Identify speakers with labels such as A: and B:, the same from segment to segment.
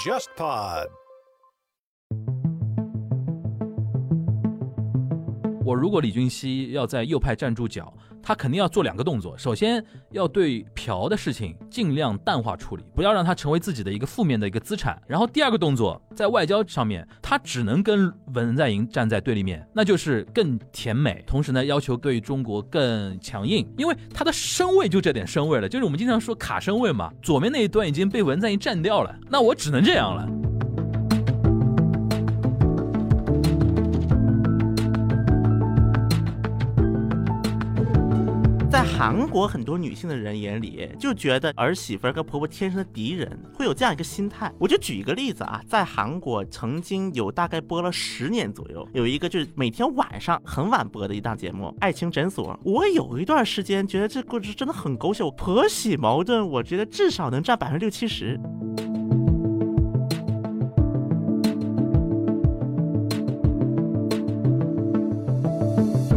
A: JustPod。
B: 我如果李俊熙要在右派站住脚，他肯定要做两个动作。首先要对嫖的事情尽量淡化处理，不要让它成为自己的一个负面的一个资产。然后第二个动作，在外交上面，他只能跟文在寅站在对立面，那就是更甜美，同时呢要求对中国更强硬，因为他的身位就这点身位了，就是我们经常说卡身位嘛，左面那一端已经被文在寅占掉了，那我只能这样了。
C: 在韩国很多女性的人眼里，就觉得儿媳妇儿跟婆婆天生的敌人，会有这样一个心态。我就举一个例子啊，在韩国曾经有大概播了十年左右，有一个就是每天晚上很晚播的一档节目《爱情诊所》。我有一段时间觉得这故事真的很狗血，婆媳矛盾，我觉得至少能占百分之六七十。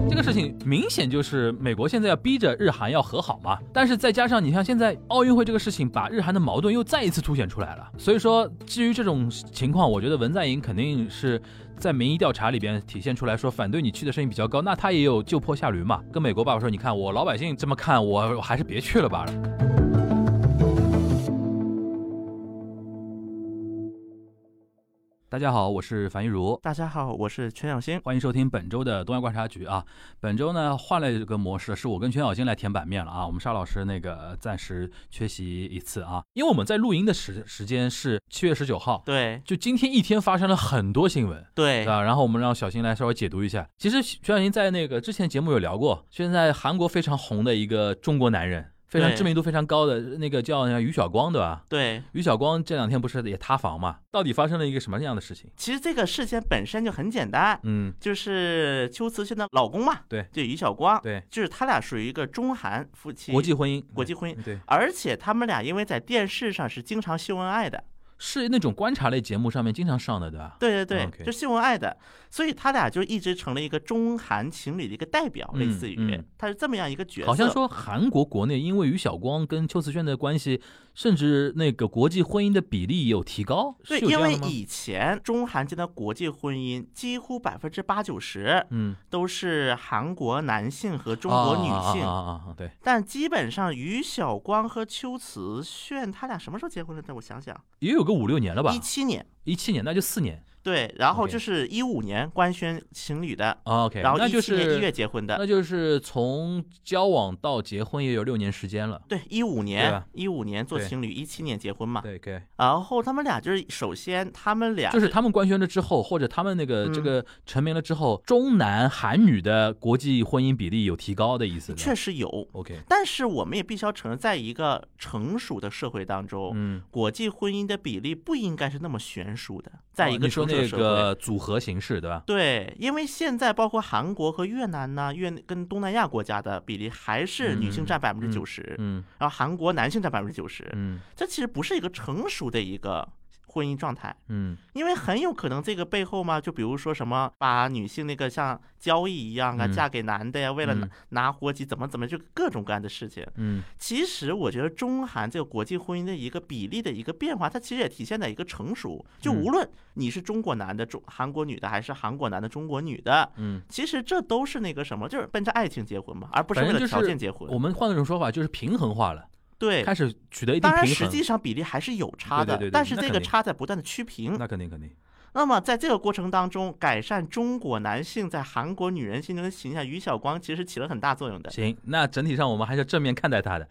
B: 这个事情明显就是美国现在要逼着日韩要和好嘛，但是再加上你像现在奥运会这个事情，把日韩的矛盾又再一次凸显出来了。所以说，基于这种情况，我觉得文在寅肯定是在民意调查里边体现出来说反对你去的声音比较高，那他也有就坡下驴嘛，跟美国爸爸说，你看我老百姓这么看，我还是别去了吧。大家好，我是樊一茹，
C: 大家好，我是全小星。
B: 欢迎收听本周的东亚观察局啊。本周呢换了一个模式，是我跟全小新来填版面了啊。我们沙老师那个暂时缺席一次啊，因为我们在录音的时时间是七月十九号，
C: 对
B: 就今天一天发生了很多新闻。
C: 对
B: 对，吧？然后我们让小新来稍微解读一下。其实全小新在那个之前节目有聊过，现在韩国非常红的一个中国男人，非常
C: 对
B: 知名度非常高的那个叫于晓光，对吧？
C: 对，
B: 于晓光这两天不是也塌房嘛？到底发生了一个什么样的事情？
C: 其实这个事件本身就很简单，
B: 嗯，
C: 就是秋瓷现在老公嘛，
B: 对
C: 就于晓光，
B: 对，
C: 就是他俩属于一个中韩夫妻，
B: 国际婚哎嗯姻，
C: 啊国际婚姻，
B: 对。
C: 而且他们俩因为在电视上是经常秀恩爱的，
B: 是那种观察类节目上面经常上的，对吧？
C: 对对对
B: OK
C: 就秀恩爱的，所以他俩就一直成了一个中韩情侣的一个代表，
B: 嗯
C: 类似于
B: 嗯
C: 他是这么样一个角色，
B: 好像说韩国国内因为于晓光跟邱瓷炫的关系，甚至那个国际婚姻的比例有提高，
C: 对，
B: 是有这样
C: 因
B: 的
C: 为
B: 吗
C: 以前中韩间的国际婚姻几乎百分之八九十
B: 嗯，
C: 都是韩国男性和中国女性，
B: 啊啊啊啊啊啊对，
C: 但基本上于晓光和秋瓷炫他俩什么时候结婚来着？我想想，
B: 也有个五六年了吧
C: 一，七年。
B: 一七年那就四年
C: 对，然后
B: OK
C: 就是一五年官宣情侣的，
B: 啊，OK，
C: 然后
B: 那
C: 一
B: 就
C: 七年一月
B: 是
C: 结婚的。
B: 那就是从交往到结婚也有六年时间了，
C: 对，一五
B: 对
C: 年
B: 吧，
C: 一五年做
B: 对
C: 情侣，一七年结婚嘛。
B: 对，对，
C: 然后他们俩就是，首先他们俩
B: 就是他们官宣了之后，或者他们那
C: 嗯
B: 个这个成名了之后，中男韩女的国际婚姻比例有提高的意思，
C: 确实有，
B: ，OK，
C: 但是我们也必须要承认，在一个成熟的社会当中，
B: 嗯。
C: 国际婚姻的比例不应该是那么悬殊的。在一
B: 哦
C: 个
B: 你说
C: 成熟的
B: 那
C: 社会，
B: 个组合形式对吧？
C: 对，因为现在包括韩国和越南呐，越跟东南亚国家的比例还是女性占百分之九十，
B: 嗯
C: 然后韩国男性占百分之九十，
B: 嗯
C: 这其实不是一个成熟的一个婚姻状态，
B: 嗯
C: 因为很有可能这个背后嘛，就比如说什么把女性那个像交易一样啊，
B: 嗯
C: 嫁给男的呀，为了拿
B: 嗯
C: 拿国籍怎么怎么，就各种各样的事情。
B: 嗯，
C: 其实我觉得中韩这个国际婚姻的一个比例的一个变化，它其实也体现在一个成熟。就
B: 嗯
C: 无论你是中国男的中韩国女的，还是韩国男的中国女的，
B: 嗯，
C: 其实这都是那个什么，就是奔着爱情结婚嘛，而不是
B: 反正
C: 为了
B: 就是
C: 条件结婚。
B: 我们换了种说法，就是平衡化了，
C: 对，
B: 开始取得一定
C: 哎当然
B: 平
C: 实
B: 衡。
C: 际上比例还是有差
B: 对
C: 的，
B: 对对对
C: 但是
B: 那
C: 这
B: 肯
C: 个
B: 定
C: 差在不断的趋平。
B: 那肯定肯定，
C: 那么在这个过程当中，改善中国男性在韩国女人心中的形象，于晓光其实起了很大作用的，
B: 行。那整体上我们还是要正面看待它的。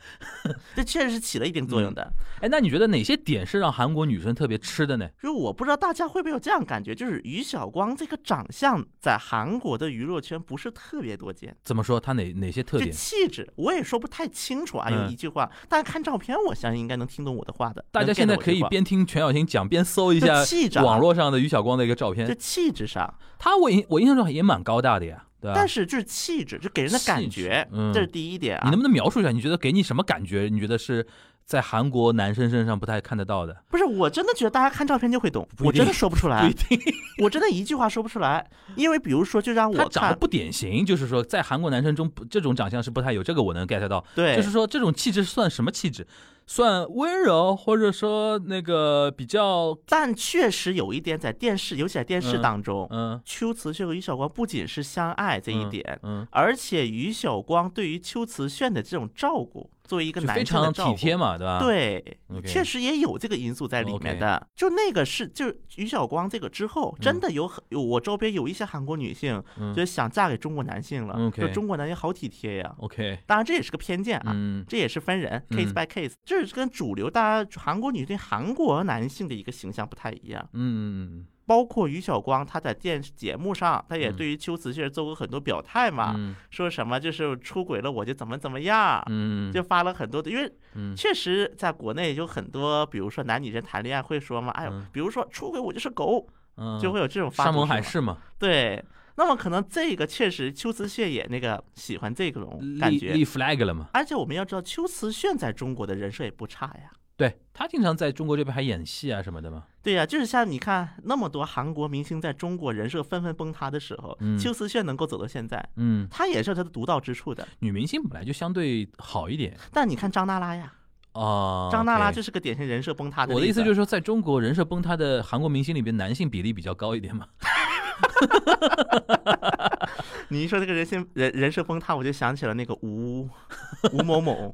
C: 这确实是起了一定作用的。
B: 哎，那你觉得哪些点是让韩国女生特别吃的呢？
C: 就是我不知道大家会不会有这样感觉，就是于晓光这个长相在韩国的娱乐圈不是特别多见，
B: 怎么说？她哪哪些特
C: 就
B: 点？
C: 气质我也说不太清楚啊，有
B: 嗯
C: 一句话，但看照片我相信应该能听懂我的话的。
B: 大家
C: 能 get
B: 现在
C: 到我
B: 可
C: 这
B: 以
C: 话
B: 边听全小新讲边搜一
C: 就
B: 下
C: 气质啊
B: 网络上的于晓光的一个照
C: 就
B: 片，
C: 气质上，
B: 她我印我印象中也蛮高大的呀，对吧？
C: 但是就是气质，就给人的感
B: 气质
C: 觉，
B: 嗯
C: 这是第一点啊。
B: 你能不能描述一下？你觉得给你什么感觉？你觉得是在韩国男生身上不太看得到的。
C: 不是，我真的觉得大家看照片就会懂，
B: 不一
C: 我
B: 定
C: 真的说不出来，
B: 定，
C: 我真的一句话说不出来，因为比如说，就让
B: 他
C: 我
B: 长得
C: 看，
B: 不典型，就是说在韩国男生中不这种长相是不太有，这个我能 get 到。
C: 对，
B: 就是说这种气质算什么气质？算温柔，或者说那个比较
C: 但确实有一点在电视，尤其在电视
B: 嗯
C: 当中，
B: 嗯
C: 秋瓷炫和于晓光不仅是相爱这一
B: 嗯
C: 点，
B: 嗯，
C: 而且于晓光对于秋瓷炫的这种照顾，作为一个
B: 就
C: 男
B: 非
C: 生的
B: 常
C: 照
B: 体
C: 顾，
B: 贴嘛，对吧？，
C: 对
B: OK
C: 确实也有这个因素在里面
B: OK
C: 的。就那个是，就于晓光这个之后，真的有很有我周边有一些韩国女性
B: 嗯
C: 就想嫁给中国男性了，
B: OK
C: 就中国男性好体贴呀。
B: ，OK，
C: 当然这也是个偏见啊，
B: 嗯
C: 这也是分人
B: 嗯
C: case by case，这是跟主流大家韩国女对韩国男性的一个形象不太一样。
B: 嗯
C: 包括于晓光，她在电视节目上，她也
B: 嗯
C: 对于秋瓷炫做过很多表态嘛，
B: 嗯
C: 说什么就是出轨了我就怎么怎么样，
B: 嗯，
C: 就发了很多的，因为
B: 嗯
C: 确实在国内有很多，比如说男女人谈恋爱会说嘛，哎呦
B: 嗯，
C: 比如说出轨我就是狗，
B: 嗯
C: 就会有这种发
B: 山盟
C: 毒誓
B: 海
C: 嘛
B: 誓嘛，
C: 对。那么可能这个确实秋瓷炫也那个喜欢这种感
B: 立
C: 觉，
B: 立 flag 了嘛。
C: 而且我们要知道秋瓷炫在中国的人设也不差呀。
B: 对他经常在中国这边还演戏啊什么的嘛。
C: 对呀、就是像你看那么多韩国明星在中国人设纷纷崩塌的时候，
B: 嗯
C: 秋瓷炫能够走到现在，
B: 嗯，
C: 他也是有他的独到之处的。
B: 女明星本来就相对好一点
C: 但你看张娜拉呀，
B: 啊。
C: 张娜拉
B: OK
C: 就是个典型人设崩塌的。，
B: 我的意思就是是说，在中国人设崩塌的韩国明星里边，男性比例比较高一点嘛。
C: 你一说这个人性人人设崩塌，我就想起了那个 吴吴某某，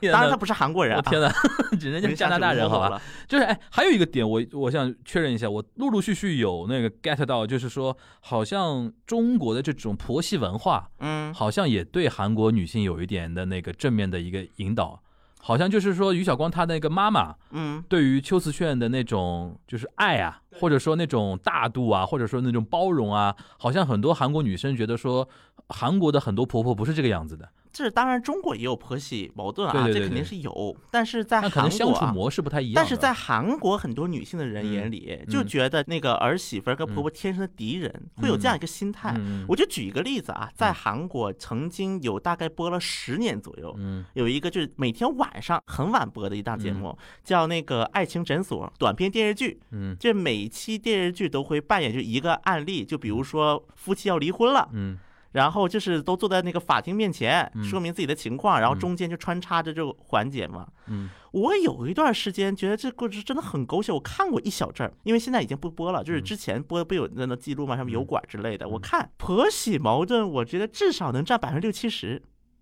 B: 天
C: 当
B: 哪
C: 然他！不是韩国人
B: 我
C: 啊，
B: 天哪， 人家
C: 我
B: 是
C: 就
B: 加
C: 想
B: 拿大
C: 起吴
B: 人
C: 某
B: 好
C: 某
B: 吧？
C: 了。
B: 就是哎，还有一个点我，我想确认一下，我陆陆续续有那个 get 到，就是说，好像中国的这种婆媳文化，
C: 嗯，
B: 好像也对韩国女性有一点的那个正面的一个引导，好像就是说于晓光她那个妈妈
C: 嗯，
B: 对于秋瓷炫的那种就是爱啊，或者说那种大度啊，或者说那种包容啊，好像很多韩国女生觉得说，韩国的很多婆婆不是这个样子的，
C: 这当然中国也有婆媳矛盾啊，
B: 对对
C: 这
B: 对
C: 肯定
B: 对
C: 是有，但是在
B: 那可
C: 韩
B: 能相
C: 国
B: 处
C: 啊。
B: 模式不太一样了。
C: 但是在韩国很多女性的人眼
B: 嗯
C: 里，就
B: 嗯
C: 觉得那个儿媳妇儿跟
B: 嗯
C: 婆婆天生的敌人，会有这样一个心态。
B: 嗯
C: 我就举一个例子啊，在韩国曾经有大概播了十年左右，
B: 嗯
C: 有一个就是每天晚上很晚播的一档节目，叫那个《爱情诊所》短篇电视剧。
B: 嗯
C: 这每期电视剧都会扮演就一个案例，就比如说夫妻要离婚了，
B: 嗯
C: 然后就是都坐在那个法庭面前
B: 嗯
C: 说明自己的情况，然后
B: 嗯
C: 中间就穿插着这个环节嘛。
B: 嗯
C: 我有一段时间觉得这故事真的很狗血，我看过一小阵儿，因为现在已经不播了，
B: 嗯
C: 就是之前播不有那那记录嘛，上面油管之类的。我看婆媳矛盾，我觉得至少能占百分之六七十，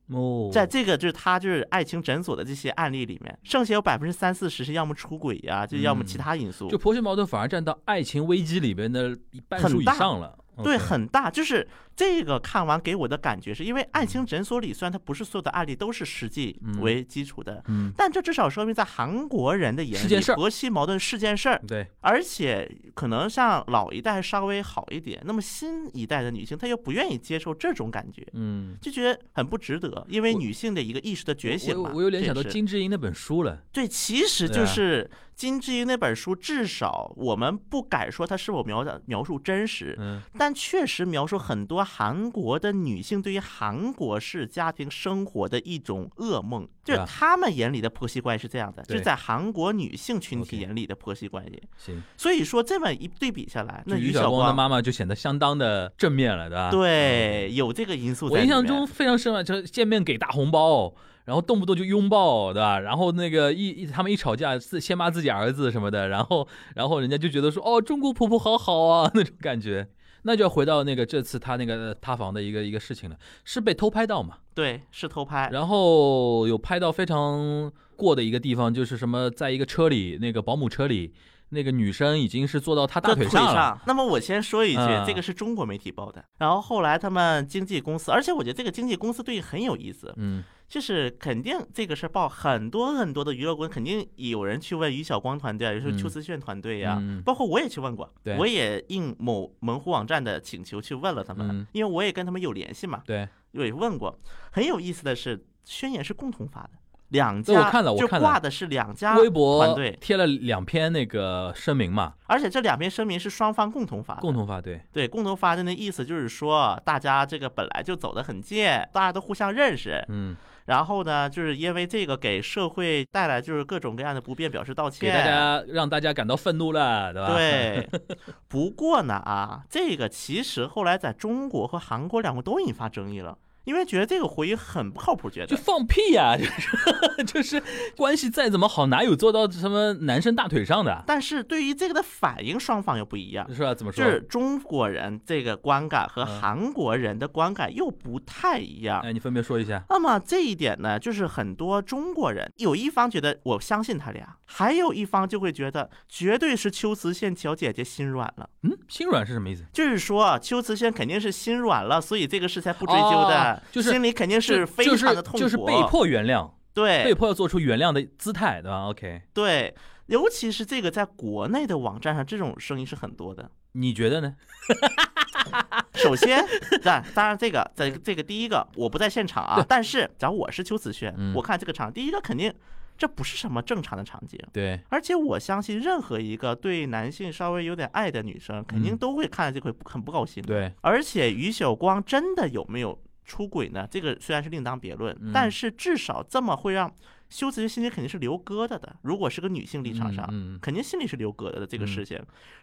B: 嗯，哦，
C: 在这个就是他就是爱情诊所的这些案例里面，剩下有百分之三四十是要么出轨呀、就要么其他因
B: 嗯
C: 素
B: 就，婆媳矛盾反而占到爱情危机里边的一半数以上了。
C: 对，
B: OK
C: 很大。就是这个看完给我的感觉是，因为爱情诊所里虽然它不是所有的案例都是实际
B: 嗯
C: 为基础的。
B: 嗯，
C: 但这至少说明，在韩国人的眼
B: 是
C: 里
B: 件事，儿
C: 婆媳矛盾是件事儿，
B: 对，
C: 而且可能像老一代稍微好一点，那么新一代的女性她又不愿意接受这种感觉，
B: 嗯，
C: 就觉得很不值得，因为
B: 我
C: 女性的一个意识的觉醒
B: 我
C: 嘛。
B: 我有联
C: 这
B: 想到
C: 也是
B: 金智英那本书了。
C: 对，其实
B: 对
C: 就
B: 啊
C: 是金智英那本书，至少我们不敢说它是否描的描述真实，
B: 嗯
C: 但确实描述很多韩国的女性对于韩国式家庭生活的一种噩梦，
B: 对
C: 就是
B: 啊
C: 她们眼里的婆媳关系是这样的，就是
B: 对
C: 在韩国女性群体
B: OK
C: 眼里的婆媳关系。
B: 行，
C: 所以说这么一对比下来，那
B: 就于
C: 晓
B: 晓光的
C: 光
B: 妈妈就显得相当的正面了，对吧？。
C: 对有这个因素在
B: 我
C: 里
B: 印
C: 面。
B: 象中非常深啊，就是见面给大红包，然后动不动就拥抱，对吧？然后那个一一他们一吵架，自先骂自己儿子什么的，然后然后人家就觉得说哦，中国婆婆好好啊 那种感觉。那就要回到那个这次他那个塌房的一个一个事情了，是被偷拍到嘛？
C: 对是偷拍，
B: 然后有拍到非常过的一个地方，就是什么，在一个车里，那个保姆车里，那个女生已经是坐到他大
C: 这
B: 腿
C: 上
B: 了。
C: 那么我先说一句，
B: 嗯
C: 这个是中国媒体报的，然后后来他们经纪公司，而且我觉得这个经纪公司对你很有意思，
B: 嗯
C: 就是肯定这个事儿报很多很多的娱乐观，肯定有人去问于晓光团队啊，有时候
B: 嗯
C: 邱思炫团队呀、
B: 嗯
C: 包括我也去问过
B: 对，
C: 我也应某门户网站的请求去问了他们，
B: 嗯
C: 因为我也跟他们有联系嘛，
B: 对，
C: 我也问过。很有意思的是，宣言是共同发的，两
B: 对
C: 家
B: 我看了我
C: 就
B: 看
C: 挂
B: 了
C: 的是两家
B: 微博
C: 团队，
B: 贴了两篇那个声明嘛，
C: 而且这两篇声明是双方共同发的，
B: 共同发对。
C: 对共同发的那意思就是说，大家这个本来就走得很近，大家都互相认识，
B: 嗯
C: 然后呢，就是因为这个给社会带来就是各种各样的不便，表示道
B: 给
C: 歉。
B: 大家让大家感到愤怒了，对吧？，
C: 对，不过呢啊，这个其实后来在中国和韩国两国都引发争议了，因为觉得这个回应很不靠谱，觉
B: 就
C: 得
B: 放屁呀、 就是就是关系再怎么好，哪有做到什么男生大腿上的啊，
C: 但是对于这个的反应，双方又不一样。
B: 是吧？怎么
C: 就
B: 说？
C: 是中国人这个观感和
B: 嗯
C: 韩国人的观感又不太一样。
B: 哎，你分别说一下。
C: 那么这一点呢，就是很多中国人有一方觉得我相信他俩，还有一方就会觉得绝对是秋瓷县小姐姐心软了。
B: 嗯，心软是什么意思？
C: 就是说啊，秋瓷县肯定是心软了，所以这个事才不追究的，
B: 哦就是
C: 心里肯定是非
B: 就
C: 常的痛苦，啊
B: 就是被迫原谅，被
C: 对
B: 迫要做出原谅的姿态，对吧？OK，
C: 对，尤其是这个在国内的网站上，这种声音是很多的。
B: 你觉得呢？
C: 首先，但当然 这个在这个第一个我不在现场啊
B: 对，
C: 但是假如我是秋瓷轩，
B: 嗯
C: 我看这个场，第一个肯定这不是什么正常的场景。
B: 对，
C: 而且我相信，任何一个对男性稍微有点爱的女生，肯定
B: 嗯
C: 都会看到这回很不高兴。
B: 对，
C: 而且于晓光真的有没有出轨呢？这个虽然是另当别论，
B: 嗯
C: 但是至少这么会让修辞心里肯定是留疙瘩的。如果是个女性立场上，
B: 嗯，嗯
C: 肯定心里是留疙瘩的这个
B: 嗯
C: 事情。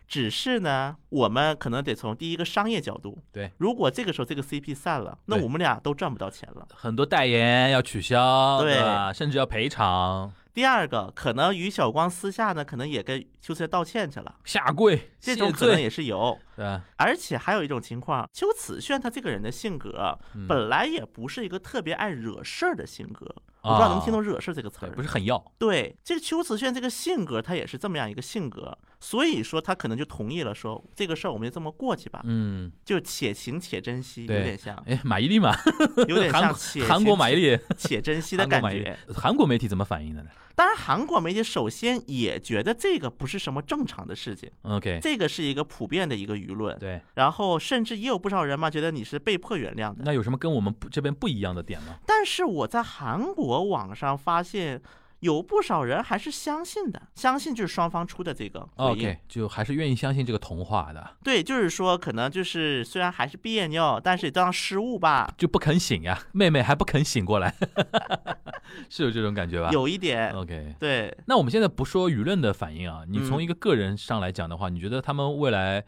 C: 只是呢，我们可能得从第一个商业角度，
B: 对，
C: 如果这个时候这个 CP 散了，那
B: 对
C: 我们俩都赚不到钱了。
B: 很多代言要取消，
C: 对
B: 吧？甚至要赔偿、
C: 第二个，可能于晓光私下呢，可能也跟修辞道歉去了，
B: 下跪、
C: 这
B: 谢
C: 种可能
B: 罪，
C: 也是有。
B: 对吧？
C: 而且还有一种情况，秋瓷炫他这个人的性格
B: 嗯
C: 本来也不是一个特别爱惹事儿的性格，我不知道能听懂“惹事”这个词
B: 啊对，
C: 儿。
B: 不是很要，
C: 对，这个秋瓷炫这个性格，他也是这么样一个性格，所以说他可能就同意了说，这个事儿我们就这么过去吧，
B: 嗯，
C: 就且行且珍惜，有
B: 对
C: 点像，
B: 哎，马伊琍嘛，
C: 有点
B: 韩
C: 像
B: 国
C: 且
B: 韩国马伊琍，
C: 且珍惜的
B: 韩国
C: 感
B: 马伊
C: 觉。
B: 琍，韩国媒体怎么反应的呢
C: 当然，韩国媒体首先也觉得这个不是什么正常的事情，
B: ？OK，
C: 这个是一个普遍的一个舆论，
B: 对，
C: 然后甚至也有不少人嘛觉得你是被迫原谅的。
B: 那有什么跟我们不这边不一样的点吗？
C: 但是我在韩国网上发现，有不少人还是相信的，相信就是双方出的这个回应。
B: 哦 OK，就还是愿意相信这个童话的，
C: 对，就是说可能就是虽然还是别扭，但是也当失误吧，
B: 就不肯醒呀，妹妹还不肯醒过来， 是有这种感觉吧？嗯
C: 有一点。
B: OK。
C: 对，
B: 那我们现在不说舆论的反应啊，你从
C: 嗯
B: 一个个人上来讲的话，你觉得他们未来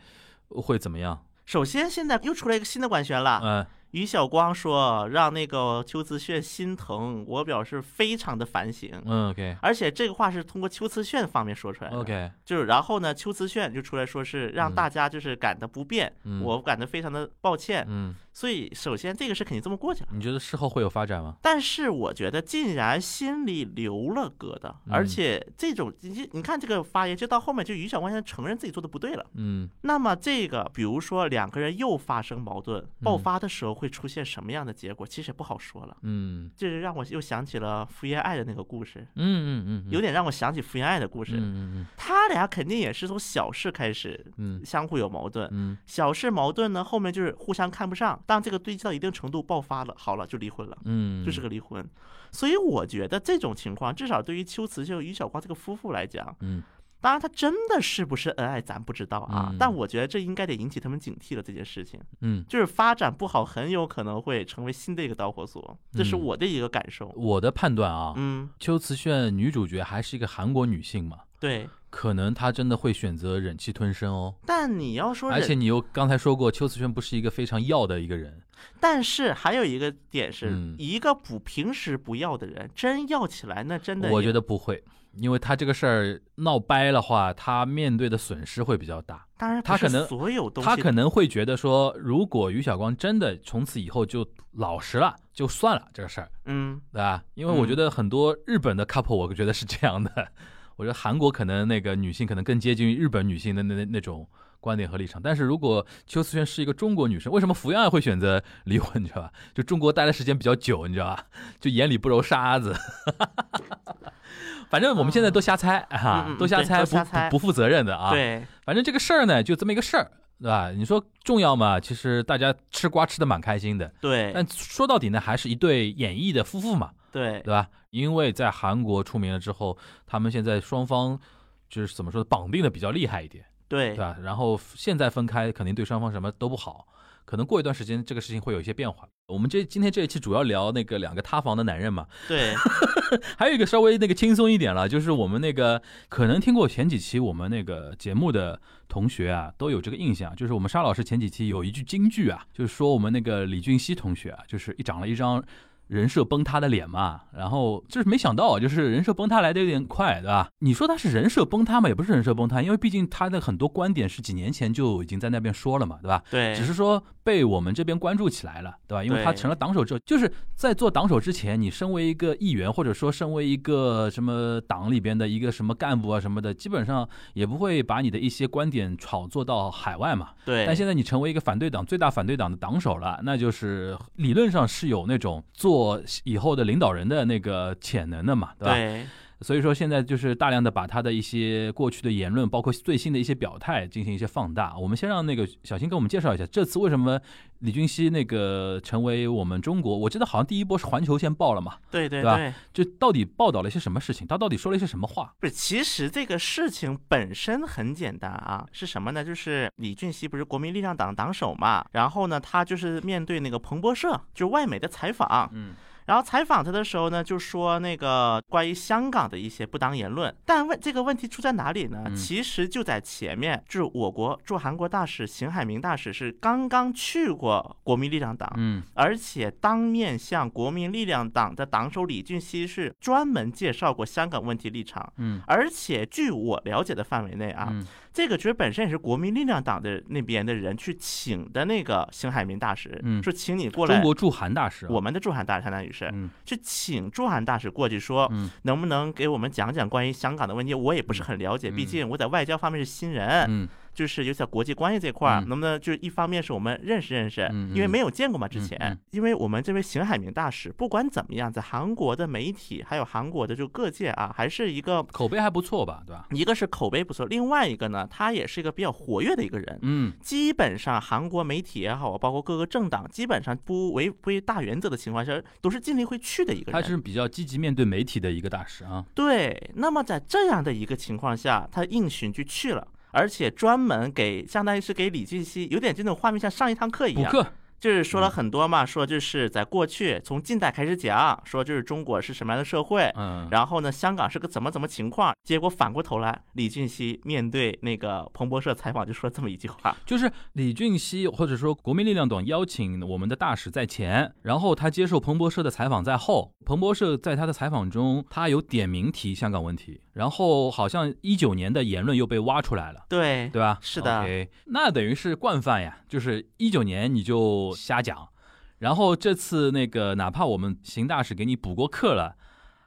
B: 会怎么样？
C: 首先现在又出来一个新的官宣了。
B: 嗯，
C: 于晓光说让那个邱慈炫心疼，我表示非常的反省。
B: 嗯，OK
C: 而且这个话是通过邱慈炫方面说出来的。
B: OK，
C: 就是然后呢，邱慈炫就出来说是让
B: 嗯
C: 大家就是感到不便，
B: 嗯
C: 我感到非常的抱歉。
B: 嗯，
C: 所以，首先这个事肯定这么过去了。
B: 你觉得事后会有发展吗？
C: 但是我觉得，竟然心里留了疙瘩，
B: 嗯
C: 而且这种你你看这个发言，就到后面就于小光先承认自己做的不对了。
B: 嗯
C: 那么这个，比如说两个人又发生矛盾，爆发的时候会出现什么样的结果，其实也不好说了。
B: 嗯
C: 这就让我又想起了福原爱的那个故事，
B: 嗯嗯嗯，
C: 有
B: 点
C: 点让我想起福原爱的故事。
B: 嗯嗯
C: 他俩肯定也是从小事开始
B: 嗯
C: 相互有矛盾，
B: 嗯
C: 小事矛盾呢，后面就是互相看不上，当这个堆积到一定程度爆发了，好了就离婚了。
B: 嗯，
C: 就是个离婚。所以我觉得这种情况，至少对于秋瓷秀、于晓光这个夫妇来讲，
B: 嗯
C: 当然他真的是不是恩爱，咱不知道啊。
B: 嗯
C: 但我觉得这应该得引起他们警惕了。这件事情
B: 嗯，
C: 就是发展不好，很有可能会成为新的一个导火索，这是
B: 嗯
C: 我的一个感受。
B: 我的判断啊，
C: 嗯，
B: 秋瓷炫女主角还是一个韩国女性嘛，
C: 对。
B: 可能她真的会选择忍气吞声哦。
C: 但你要说
B: 而且
C: 忍，
B: 你又刚才说过，秋瓷炫不是一个非常要的一个人，
C: 但是还有一个点是，
B: 嗯
C: 一个不平时不要的人，真要起来那真的也，
B: 我觉得不会，因为她这个事儿闹掰了话，她面对的损失会比较大。
C: 当然不
B: 他
C: 是
B: 可能
C: 所有东西，
B: 她可能会觉得说，如果于晓光真的从此以后就老实了，就算了这个事儿，
C: 嗯，
B: 对吧？因为我觉得很多日本的 couple，我觉得是这样的。我觉得韩国可能那个女性可能更接近于日本女性的那那那种观点和立场，但是如果邱思炫是一个中国女生，为什么福原爱会选择离婚？你知道吧？就中国待的时间比较久，你知道吧？就眼里不揉沙子。反正我们现在都瞎猜
C: 嗯
B: 啊
C: 嗯，嗯
B: 都瞎
C: 对
B: 猜，
C: 都
B: 不
C: 瞎猜
B: 不不负责任的啊。
C: 对，
B: 反正这个事儿呢，就这么一个事儿，对吧？你说重要嘛？其实大家吃瓜吃的蛮开心的，
C: 对，
B: 但说到底呢，还是一对演艺的夫妇嘛。
C: 对，
B: 对吧？因为在韩国出名了之后，他们现在双方就是怎么说，绑定的比较厉害一点，
C: 对
B: 对，吧？然后现在分开肯定对双方什么都不好，可能过一段时间这个事情会有一些变化。我们这今天这一期主要聊那个两个塌房的男人嘛，
C: 对，
B: 还有一个稍微那个轻松一点了，就是我们那个可能听过前几期我们那个节目的同学啊，都有这个印象，就是我们沙老师前几期有一句金句啊，就是说我们那个李俊熙同学啊，就是一长了一张人设崩塌的脸嘛，然后就是没想到啊，就是人设崩塌来的有点快，对吧？你说他是人设崩塌嘛，也不是人设崩塌，因为毕竟他的很多观点是几年前就已经在那边说了嘛，对吧？
C: 对，
B: 只是说被我们这边关注起来了，对吧？因为他
C: 哎对
B: 成了党首之后，就是在做党首之前，你身为一个议员，或者说身为一个呃什么党里边的一个什么干部啊什么的，基本上也不会把你的一些观点炒作到海外嘛。
C: 对，
B: 但现在你成为一个反对党最大反对党的党首了，那就是理论上是有那种做以后的领导人的那个潜能的嘛，对吧？
C: 对
B: 所以说现在就是大量的把他的一些过去的言论，包括最新的一些表态进行一些放大。我们先让那个小新给我们介绍一下，这次为什么李俊熙那个成为我们中国，我记得好像第一波是环球先报了嘛，
C: 对对
B: 对吧
C: 对。
B: 就到底报道了一些什么事情，他到底说了一些什么话？
C: 不是，其实这个事情本身很简单啊，是什么呢？就是李俊熙不是国民力量党党首嘛，然后呢，他就是面对那个彭博社，就是外媒的采访，
B: 嗯，
C: 然后采访他的时候呢，就说那个关于香港的一些不当言论。但问这个问题出在哪里呢？
B: 嗯
C: 其实就在前面，就是我国驻韩国大使邢海明大使是刚刚去过国民力量党，
B: 嗯，
C: 而且当面向国民力量党的党首李俊熙是专门介绍过香港问题立场。
B: 嗯，
C: 而且据我了解的范围内啊，
B: 嗯
C: 这个其实本身也是国民力量党的那边的人去请的那个邢海民大使，
B: 嗯
C: 说请你过
B: 中
C: 来。
B: 国驻韩大使啊，
C: 我们的驻韩大使相当于是
B: 嗯
C: 去请驻韩大使过去说，
B: 嗯
C: 能不能给我们讲讲关于香港的问题？我也不是很了解，
B: 嗯
C: 毕竟我在外交方面是新人，
B: 嗯
C: 就是尤其在国际关系这块儿，
B: 嗯
C: 能不能就是一方面是我们认识认识，
B: 嗯嗯
C: 因为没有见过嘛之前，
B: 嗯嗯
C: 因为我们这位邢海明大使不管怎么样，在韩国的媒体还有韩国的就各界啊，还是一个
B: 口碑还不错吧，对吧？
C: 一个是口碑不错，另外一个呢，他也是一个比较活跃的一个人。
B: 嗯
C: 基本上韩国媒体也好，包括各个政党，基本上不违背大原则的情况下，都是尽力会去的一个
B: 他
C: 人。
B: 是比较积极面对媒体的一个大使啊，
C: 对，那么在这样的一个情况下，他应询就去了，而且专门给相当于是给李俊熙，有点这种画面像上一堂课一
B: 补
C: 样，
B: 课，嗯
C: 就是说了很多嘛，说就是在过去从近代开始讲，说就是中国是什么样的社会。
B: 嗯，
C: 然后呢，香港是个怎么怎么情况？结果反过头来，李俊熙面对那个彭博社采访就说这么一句 话，
B: 就是李俊熙或者说国民力量党邀请我们的大使在前，然后他接受彭博社的采访在后。彭博社在他的采访中，他有点名提香港问题，然后好像一九年的言论又被挖出来了。
C: 对
B: 对吧？
C: 是的
B: OK，那等于是惯犯呀，就是一九年你就瞎讲，然后这次那个哪怕我们邢大使给你补过课了，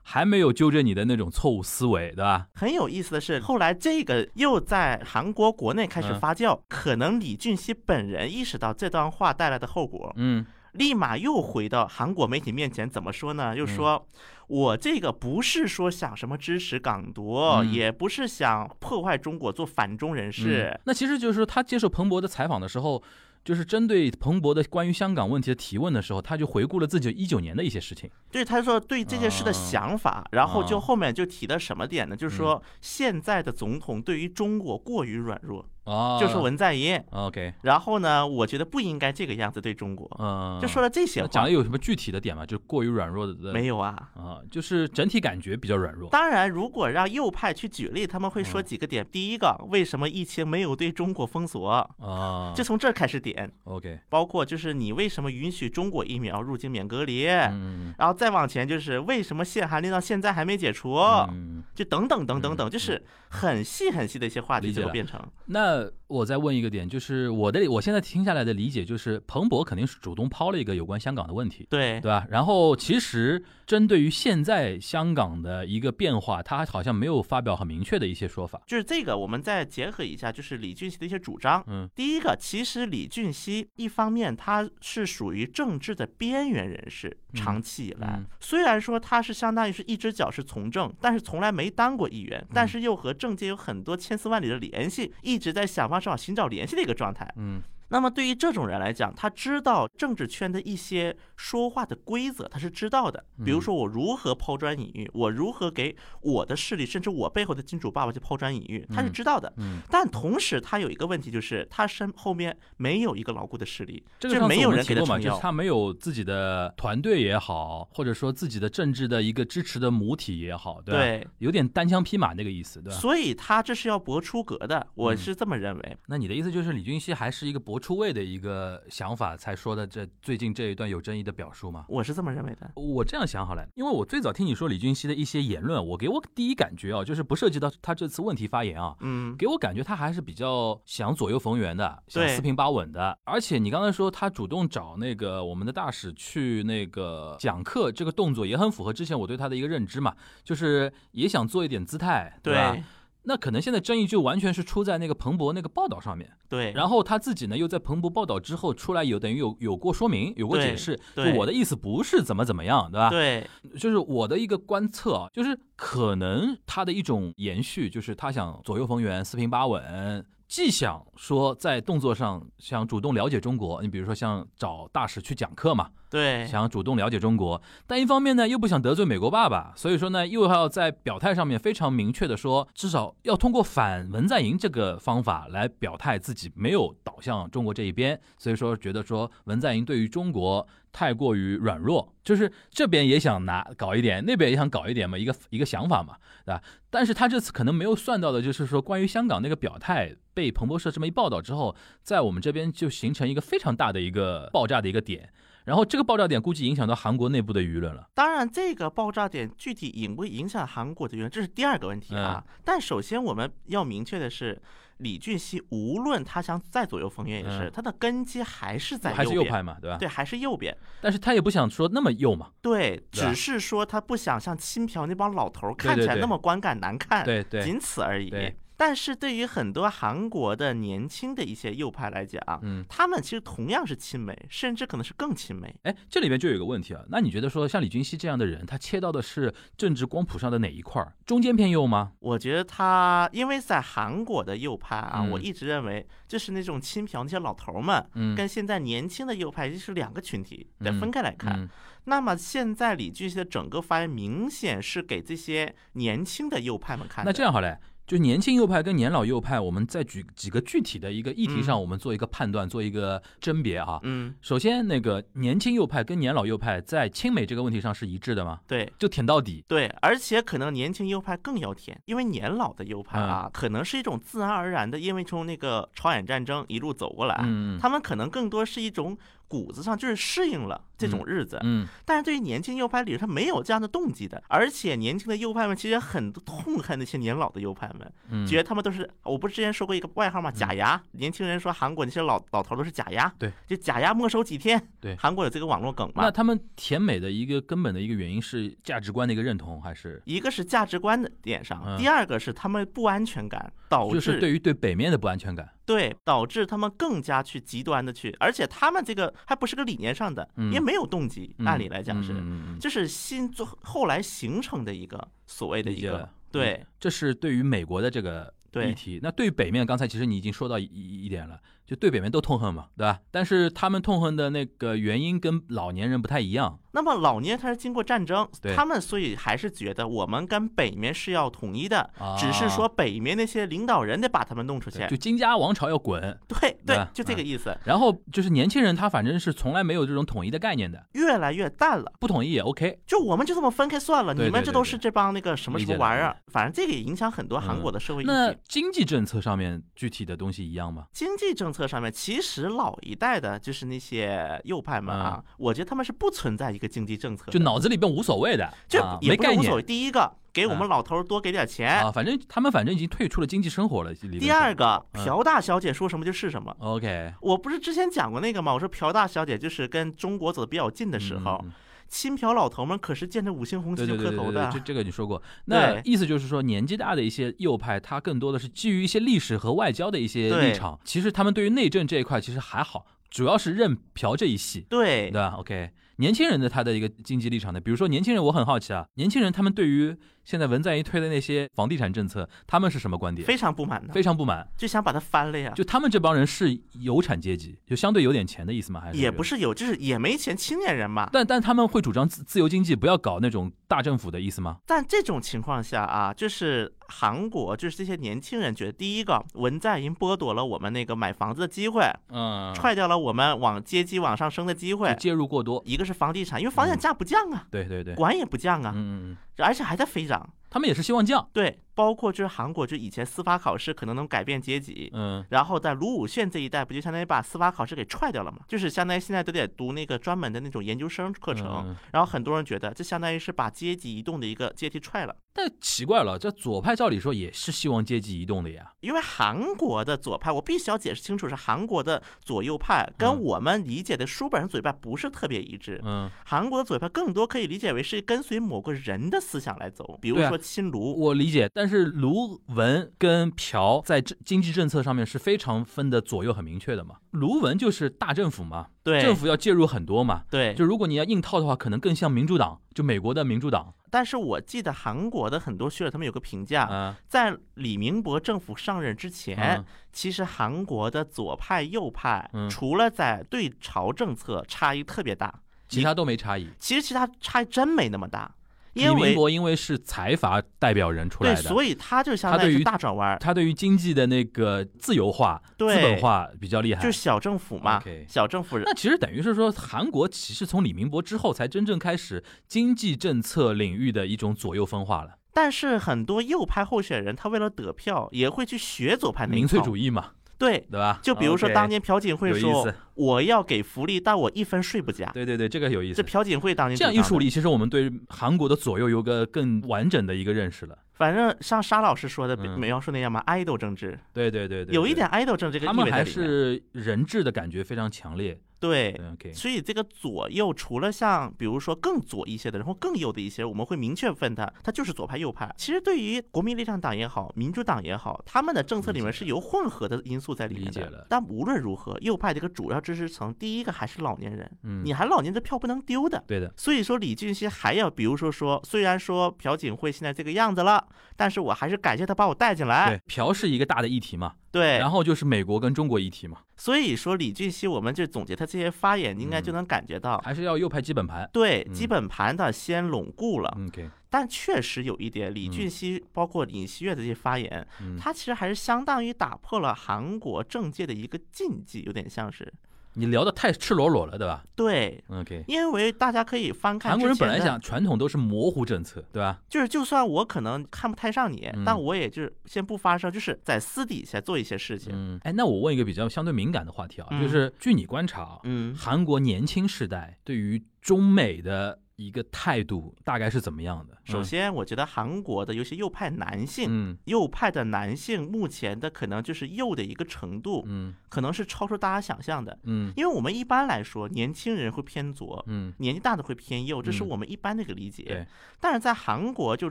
B: 还没有纠正你的那种错误思维，对吧？
C: 很有意思的是，后来这个又在韩国国内开始
B: 嗯
C: 发酵，可能李俊熙本人意识到这段话带来的后果，
B: 嗯
C: 立马又回到韩国媒体面前，怎么说
B: 嗯
C: 呢？又说、我这个不是说想什么支持港独，
B: 嗯
C: 也不是想破坏中国做反中人士
B: 嗯。那其实就是说，他接受彭博的采访的时候，就是针对彭博的关于香港问题的提问的时候，他就回顾了自己一九年的一些事情。
C: 对，他说对这件事的想法，然后就
B: 啊嗯
C: 后面就提的什么点呢？就是说现在的总统对于中国过于软弱，
B: 哦，
C: 就是文在寅。
B: OK，
C: 然后呢，我觉得不应该这个样子对中国，
B: 嗯，
C: 就说了这些
B: 那
C: 话。
B: 讲的有什么具体的点吗？就过于软弱的
C: 没有啊。
B: 啊，就是整体感觉比较软弱。
C: 当然，如果让右派去举例，他们会
B: 嗯
C: 说几个点。第一个，为什么疫情没有对中国封锁？
B: 啊，
C: 就从这儿开始点，
B: OK，
C: 包括就是你为什么允许中国疫苗入境免隔离，
B: 嗯，
C: 然后再往前就是为什么限韩令到现在还没解除，
B: 嗯，
C: 就等等等等等，
B: 嗯
C: 就是很细很细的一些话题，
B: 理解
C: 最后
B: 了
C: 变成
B: 那我再问一个点，就是我的我现在听下来的理解就是，彭博肯定是主动抛了一个有关香港的问题，
C: 对
B: 对吧？然后其实针对于现在香港的一个变化，他好像没有发表很明确的一些说法。
C: 就是这个，我们再结合一下，就是李俊熙的一些主张。
B: 嗯
C: 第一个，其实李俊熙一方面他是属于政治的边缘人士，
B: 嗯
C: 长期以来
B: 嗯，
C: 虽然说他是相当于是一只脚是从政，但是从来没当过议员，
B: 嗯
C: 但是又和政界有很多千丝万缕的联系，一直在想方设法寻找联系的一个状态。
B: 嗯
C: 那么对于这种人来讲，他知道政治圈的一些说话的规则，他是知道的。
B: 嗯
C: 比如说我如何抛砖引玉，我如何给我的势力，甚至我背后的金主爸爸去抛砖引玉，他是知道的。
B: 嗯，
C: 但同时，他有一个问题，就是他身后面没有一个牢固的势力，
B: 这个
C: 就
B: 上次
C: 没有
B: 我们
C: 人
B: 提
C: 给他
B: 过嘛，
C: 撑
B: 就是
C: 腰。
B: 他没有自己的团队也好，或者说自己的政治的一个支持的母体也好，对吧？
C: 对，
B: 有点单枪匹马那个意思，对吧？啊
C: 所以他这是要搏出格的，我
B: 嗯
C: 是这么认为。
B: 那你的意思就是李俊熙还是一个博出位的一个想法才说的这最近这一段有争议的表述吗？
C: 我是这么认为的。
B: 我这样想好了，因为我最早听你说李俊熙的一些言论，我给我第一感觉啊，就是不涉及到他这次问题发言啊，
C: 嗯，
B: 给我感觉他还是比较想左右逢源的，想
C: 对
B: 四平八稳的。而且你刚才说他主动找那个我们的大使去那个讲课，这个动作也很符合之前我对他的一个认知嘛，就是也想做一点姿态，吧？
C: 对
B: 那可能现在争议就完全是出在那个彭博那个报道上面，
C: 对，
B: 然后他自己呢又在彭博报道之后出来有等于有有过说明，有过
C: 对
B: 解释，就
C: 对
B: 我的意思不是怎么怎么样，对吧？
C: 对
B: 就是我的一个观测啊，就是可能他的一种延续，就是他想左右逢源、四平八稳，既想说在动作上想主动了解中国，你比如说像找大使去讲课嘛，
C: 对
B: 想主动了解中国，但一方面呢又不想得罪美国爸爸，所以说呢又要在表态上面非常明确的说，至少要通过反文在寅这个方法来表态自己没有倒向中国这一边，所以说觉得说嗯文在寅对于中国太过于软弱，就是这边也想拿搞一点，那边也想搞一点嘛，一个一个想法嘛，对吧？但是他这次可能没有算到的就是说，关于香港那个表态被彭博社这么一报道之后，在我们这边就形成一个非常大的一个爆炸的一个点，然后这个爆炸点估计影响到韩国内部的舆论了。
C: 当然，这个爆炸点具体影不影响韩国的原因，这是第二个问题啊。
B: 嗯
C: 但首先我们要明确的是，李俊熙无论他想再左右逢源也是，
B: 嗯
C: 他的根基还是在
B: 还是
C: 右
B: 右
C: 边，
B: 派嘛，对吧？
C: 对，还是右边。
B: 但是他也不想说那么右嘛。
C: 对，
B: 对吧
C: 只是说他不想像亲朴那帮老头儿
B: 对
C: 看起
B: 对
C: 来
B: 对
C: 那么观感难看，
B: 对对，
C: 嗯仅此而已
B: 对。
C: 但是对于很多韩国的年轻的一些右派来讲，
B: 嗯。
C: 他们其实同样是亲美，甚至可能是更亲美。
B: 哎，这里边就有一个问题啊，那你觉得说像李俊熙这样的人，他切到的是政治光谱上的哪一块儿？中间偏右吗？
C: 我觉得他，因为在韩国的右派啊，
B: 嗯
C: 我一直认为就是那种亲朴那些老头儿们，
B: 嗯，
C: 跟现在年轻的右派这是两个群体，得
B: 嗯
C: 分开来看。
B: 嗯
C: 那么现在李俊熙的整个发言，明显是给这些年轻的右派们看的。
B: 那这样好嘞，就年轻右派跟年老右派，我们再举几个具体的一个议题上，我们做一个判断，做一个甄别哈、
C: 嗯，
B: 首先，那个年轻右派跟年老右派在亲美这个问题上是一致的吗？
C: 对。
B: 就舔到底。
C: 对，而且可能年轻右派更要舔，因为年老的右派
B: 嗯
C: 啊，可能是一种自然而然的，因为从那个朝鲜战争一路走过来，
B: 嗯嗯
C: 啊他们可能更多是一种骨子上就是适应了这种日子，
B: 嗯，
C: 但是对于年轻右派里，他没有这样的动机的，而且年轻的右派们其实很痛恨那些年老的右派们，
B: 嗯
C: 觉得他们都是，我不是之前说过一个外号吗？假牙。年轻人说韩国那些老老头都是假牙，
B: 对，
C: 就假牙没收几天。
B: 对
C: 韩国有这个网络梗
B: 那
C: 嘛？
B: 他们舔美的一个根本的一个原因是价值观的一个认同，还是
C: 一个是价值观的点
B: 嗯
C: 上，第二个是他们不安全感导致，
B: 就是对于对北面的不安全感？
C: 对导致他们更加去极端的去，而且他们这个还不是个理念上的，
B: 嗯
C: 也没有动机，
B: 嗯
C: 按理来讲是，
B: 嗯嗯嗯
C: 就是新做后来形成的一个所谓的
B: 理
C: 一
B: 解
C: 个
B: 了。嗯
C: 对，
B: 这是对于美国的这个
C: 对
B: 议题。那对于北面，刚才其实你已经说到一一一点了，就对北面都痛恨嘛，对吧？但是他们痛恨的那个原因跟老年人不太一样。
C: 那么老年他是经过战争
B: 对，
C: 他们所以还是觉得我们跟北面是要统一的，
B: 啊
C: 只是说北面那些领导人得把他们弄出去
B: 就。金家王朝要滚，
C: 对
B: 对
C: 对
B: 吧，
C: 就这个意思，
B: 然后就是年轻人他反正是从来没有这种统一的概念的，
C: 越来越淡了。
B: 不统一也 OK。
C: 就我们就这么分开算了，
B: 对
C: 你们这
B: 对
C: 都
B: 对
C: 是这帮那个什么
B: 理解
C: 什么
B: 了
C: 玩意儿，啊反正这个也影响很多韩国的社会议
B: 那
C: 题。
B: 经济政策上面具体的东西一样吗？
C: 经济政策上面，其实老一代的就是那些右派们啊，我觉得他们是不存在一个经济政策
B: 嗯
C: 的，
B: 就脑子里边无所谓的，
C: 就
B: 啊、
C: 也
B: 没
C: 不是
B: 概
C: 无所
B: 念
C: 谓。第一个，给我
B: 啊
C: 们老头儿多给点钱；
B: 啊，反正他们反正已经退出了经济生活了。理论上
C: 哎第二个，
B: 嗯
C: 朴大小姐说什么就是什么。
B: ，OK
C: 我不是之前讲过那个吗？我说朴大小姐就是跟中国走的比较近的时候，
B: 嗯嗯
C: 亲朴老头们可是见着五星红旗
B: 对
C: 就
B: 对对
C: 磕
B: 对
C: 头
B: 对
C: 的
B: 对，这。这个你说过。那
C: 对
B: 意思就是说，年纪大的一些右派，他更多的是基于一些历史和外交的一些
C: 对
B: 立场。其实他们对于内政这一块其实还好，主要是认朴这一系，
C: 对
B: 对吧？OK，年轻人的他的一个经济立场呢，比如说年轻人，我很好奇啊，年轻人他们对于现在文在寅推的那些房地产政策，他们是什么观点？
C: 非常不满的，
B: 非常不满，
C: 就想把它翻了呀。
B: 就他们这帮人是有产阶级，就相对有点钱的意思吗？还是
C: 也不是有，就是也没钱青年人嘛。
B: 但但他们会主张自自由经济，不要搞那种大政府的意思吗？
C: 但这种情况下啊，就是韩国就是这些年轻人觉得，第一个文在寅剥夺了我们那个买房子的机会，
B: 嗯，
C: 踹掉了我们往阶级往上升的机会
B: 就。介入过多。
C: 一个是房地产，因为房地产价不降啊，
B: 对嗯对对，
C: 管也不降啊，
B: 嗯嗯嗯，
C: 而且还在飞涨。
B: 他们也是希望降。
C: 对，包括就是韩国，就以前司法考试可能能改变阶级，
B: 嗯，
C: 然后在卢武铉这一带，不就相当于把司法考试给踹掉了嘛？就是相当于现在都得读那个专门的那种研究生课程。
B: 嗯
C: 然后很多人觉得这相当于是把阶级移动的一个阶梯踹了，
B: 但奇怪了，这左派照理说也是希望阶级移动的呀。
C: 因为韩国的左派，我必须要解释清楚，是韩国的左右派
B: 嗯
C: 跟我们理解的书本上左右派不是特别一致。
B: 嗯，
C: 韩国的左右派更多可以理解为是跟随某个人的思想来走，比如
B: 对啊
C: 说亲卢，
B: 我理解，但是卢文跟朴在政经济政策上面是非常分的左右很明确的嘛。卢文就是大政府嘛，
C: 对
B: 政府要介入很多嘛。
C: 对，
B: 就如果你要硬套的话，可能更像民主党，就美国的民主党。
C: 但是我记得韩国的很多学者他们有个评价，
B: 啊，
C: 在李明博政府上任之前，
B: 嗯
C: 其实韩国的左派右派、
B: 嗯
C: 除了在对朝政策差异特别大，
B: 其他都没差异。
C: 其实其他差异真没那么大，
B: 李
C: 因
B: 明
C: 为
B: 博因为是财阀代表人出来
C: 对，
B: 的，
C: 所以他就相
B: 他
C: 当
B: 对
C: 于
B: 于
C: 是大转弯儿，
B: 他对于经济的那个自由化、资
C: 对
B: 本化比较厉害。
C: 就是小政府嘛
B: 啊 OK
C: 小政府人
B: 那其实等于是说，韩国其实从李明博之后才真正开始经济政策领域的一种左右分化了，
C: 但是很多右派候选人，他为了得票，也会去学左派那一
B: 民粹
C: 套
B: 主义嘛，
C: 对，
B: 对吧？
C: 啊就比如说
B: OK，
C: 当年朴槿惠
B: 有意
C: 说
B: 思，
C: 我要给福利，但我一分税不加。
B: 对对对，这个有意
C: 这
B: 思。
C: 朴槿惠当年
B: 这样
C: 主张
B: 一
C: 的
B: 梳理，其实我们对韩国的左右有个更完整的一个认识了。
C: 反正像沙老师说的，
B: 嗯
C: 美描述那样嘛，idol 政治
B: 对对对对，
C: 有一
B: 对
C: 点 idol 政治这个
B: 他
C: 意味
B: 们
C: 在
B: 还
C: 里面。
B: 是人质的感觉非常强烈。
C: 对，
B: 嗯 OK，
C: 所以这个左右除了像比如说更左一些的，然后更右的一些，我们会明确问他，他就是左派右派。其实对于国民力量党也好，民主党也好，他们的政策里面是有混合的因素在里面
B: 理解
C: 的。
B: 了
C: 但无论如何，右派这个主要支持层，第一个还是老年人，
B: 嗯
C: 你，还老年的票不能丢的。
B: 对的，
C: 所以说李俊熙还要，比如说说，虽然说朴槿惠现在这个样子了，但是我还是感谢他把我带进来。
B: 对，朴是一个大的议题嘛，
C: 对，
B: 然后就是美国跟中国议题嘛，
C: 所以说李俊熙，我们就总结他这些发言，应
B: 嗯
C: 该就能感觉到，
B: 还是要右派基本盘。
C: 对
B: 嗯
C: 基本盘的先巩固了。
B: 嗯 OK，
C: 但确实有一点，李俊熙包括尹锡悦的这些发言，
B: 嗯，
C: 他其实还是相当于打破了韩国政界的一个禁忌，有点像是
B: 你聊的太赤裸裸了，对吧
C: 对。
B: ？OK，
C: 因为大家可以翻看
B: 韩国人
C: 之前
B: 本来
C: 的，
B: 想传统都是模糊政策，对吧？
C: 就是就算我可能看不太上你，
B: 嗯
C: 但我也就是先不发声，就是在私底下做一些事情。
B: 嗯，哎，那我问一个比较相对敏感的话题啊，
C: 嗯
B: 就是据你观察啊，
C: 嗯，
B: 韩国年轻世代对于中美的一个态度大概是怎么样的？
C: 首先我觉得韩国的尤其右派男性，
B: 嗯，
C: 右派的男性目前的可能就是右的一个程度，
B: 嗯
C: 可能是超出大家想象的。
B: 嗯嗯
C: 因为我们一般来说，年轻人会偏左，
B: 嗯，
C: 年纪大的会偏右，这是
B: 嗯
C: 我们一般的一个理解
B: 对。
C: 但是在韩国就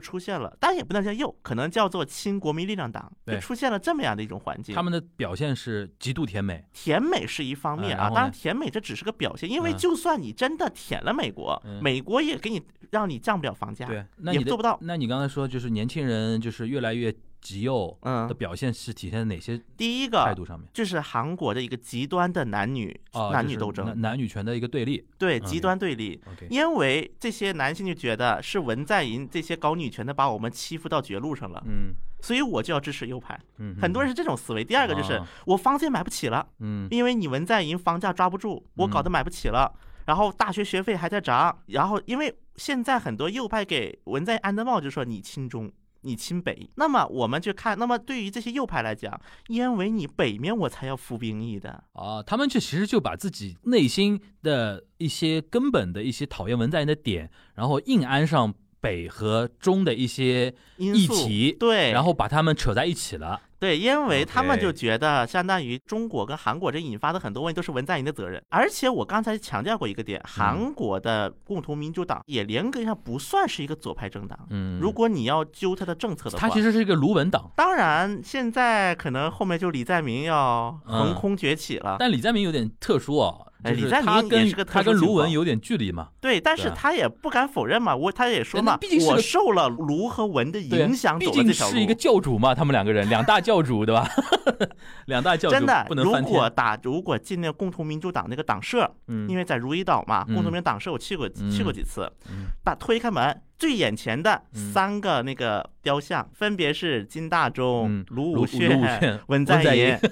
C: 出现了，当然也不能叫右，可能叫做亲国民力量党，就
B: 对
C: 出现了这么样的一种环境。
B: 他们的表现是极度甜美，
C: 甜美是一方面
B: 嗯
C: 啊，
B: 然后
C: 当然
B: 呢
C: 甜美这只是个表现，因为
B: 嗯
C: 就算你真的舔了美国，
B: 嗯
C: 美国也给你让你降不了房价，
B: 对，那
C: 也
B: 你的
C: 做不到。
B: 那你刚才说就是年轻人就是越来越极右的
C: 嗯，啊
B: 表现是体现在哪些
C: 第一
B: 态
C: 个
B: 度上面？
C: 就是韩国的一个极端的男女
B: 啊，
C: 男
B: 就
C: 女
B: 是
C: 斗争，
B: 男男女权的一个对立。
C: 对
B: 嗯
C: 极端对立。
B: OK，
C: 因为这些男性就觉得是文在寅这些搞女权的把我们欺负到绝路上了，
B: 嗯
C: 所以我就要支持右派。
B: 嗯，
C: 很多人是这种思维。第二个就是
B: 啊
C: 我房子也买不起了，
B: 嗯
C: 因为你文在寅房价抓不住，我搞得买不起了。然后大学学费还在涨，然后因为现在很多右派给文在寅安德帽就说你亲中。你亲北，那么我们去看，那么对于这些右派来讲，因为你北面我才要服兵役的，
B: 啊，他们这其实就把自己内心的一些根本的一些讨厌文在寅的点，然后硬安上北和中的一些
C: 因
B: 议
C: 素
B: 题，
C: 对，哎
B: 然后把他们扯在一起了。
C: 对，因为他们
B: OK
C: 就觉得相当于中国跟韩国这引发的很多问题都是文在寅的责任，而且我刚才强调过一个
B: 嗯
C: 点，韩国的共同民主党也严格上不算是一个左派政党。
B: 嗯，
C: 如果啊你要揪他的政策的话，
B: 他其实是一个卢文党，
C: 当然现在可能后面就李在明要横
B: 嗯
C: 空崛起了，
B: 但李在明有点特殊哦，
C: 哎
B: 就是
C: 李在明
B: 他
C: 也
B: 跟
C: 是个特
B: 他跟
C: 殊情
B: 卢文
C: 况
B: 有点距离嘛，
C: 对，但是
B: 对啊
C: 他也不敢否认嘛，我他也说
B: 对
C: 嘛
B: 那毕竟，是
C: 我
B: 个
C: 受了卢和文的
B: 对啊
C: 影响，
B: 毕
C: 走了
B: 竟
C: 这条路。
B: 是一个教主嘛，他们两个人两大教主对吧？ 两大教主
C: 真的，
B: 不能
C: 如
B: 翻
C: 果
B: 天，
C: 打如果进那个共同民主党那个党社，因
B: 嗯
C: 为在如意岛嘛，
B: 嗯
C: 共同民主党社我去过
B: 嗯
C: 去过几次
B: 嗯，
C: 把推开门，最眼前的
B: 嗯
C: 三个那个雕像，分别是金大中
B: 嗯、
C: 卢
B: 卢
C: 武
B: 武铉
C: 铉、文
B: 文在
C: 寅
B: 寅。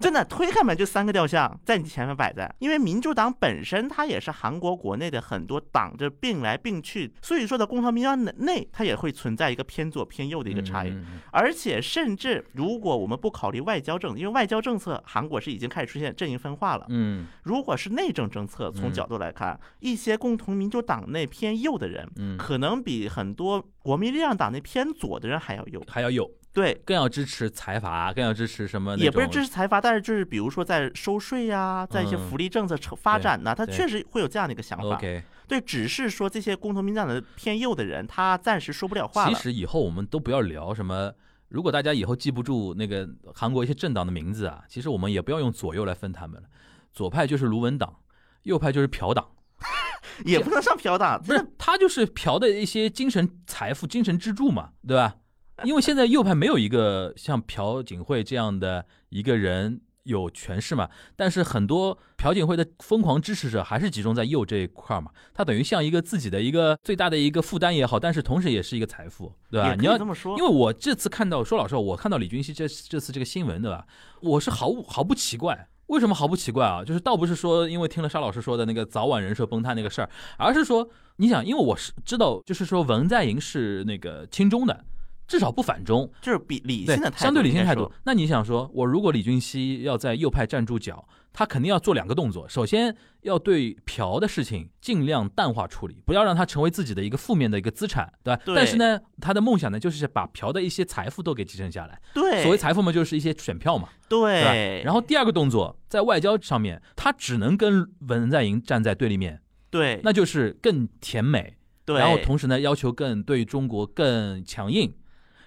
C: 真的推开门就三个雕像在你前面摆着，因为民主党本身它也是韩国国内的很多党这并来并去，所以说的共同民主党内它也会存在一个偏左偏右的一个差异。
B: 嗯嗯
C: 而且甚至如果我们不考虑外交政，因为外交政策韩国是已经开始出现阵营分化了。
B: 嗯
C: 如果是内政政策，从
B: 嗯
C: 角度来看，一些共同民主党内偏右的人，
B: 嗯，
C: 可能比很多国民力量党内偏左的人还要右。
B: 还要有，
C: 对，
B: 更要支持财阀，更要支持什么那种？
C: 也不是支持财阀，但是就是比如说在收税呀、在一些
B: 嗯
C: 福利政策成发展呐、他
B: 对
C: 确实会有这样的一个想法。
B: OK，
C: 对，只是说这些共同民主党的偏右的人，他暂时说不了话
B: 其
C: 了。
B: 实以后我们都不要聊什么。如果大家以后记不住那个韩国一些政党的名字啊，其实我们也不要用左右来分他们了。左派就是卢文党，右派就是朴党。
C: 也不能上朴党，
B: 不是，他就是朴的一些精神财富、精神支柱嘛，对吧？因为现在右派没有一个像朴槿惠这样的一个人有权势嘛，但是很多朴槿惠的疯狂支持者还是集中在右这一块儿嘛，他等于像一个自己的一个最大的一个负担也好，但是同时也是一个财富，对吧？
C: 也
B: 你
C: 可
B: 要
C: 以这么说
B: 因为。我这次看到，说老实话，我看到李军熙这这次这个新闻，对吧？我是毫无毫不奇怪。为什么毫不奇怪啊？就是倒不是说因为听了沙老师说的那个早晚人设崩塌那个事儿，而是说你想，因为我是知道，就是说文在寅是那个亲中的，至少不反中，
C: 就是比理
B: 对
C: 性的，态度，
B: 相对理性
C: 应该
B: 态
C: 说
B: 度。。那你想说，我如果李俊熙要在右派站住脚，他肯定要做两个动作。首先要对朴的事情尽量淡化处理，不要让它成为自己的一个负面的一个资产，对吧？
C: 对
B: 但是呢，他的梦想呢，就是把朴的一些财富都给继承下来。
C: 对，
B: 所谓财富嘛，就是一些选票嘛，对吧？
C: 对，
B: 然后
C: 后
B: 第二个动作，在外交上面，他只能跟文在寅站在对立面，
C: 对，
B: 那就是更甜美，
C: 对，
B: 然后同时呢，要求更对中国更强硬，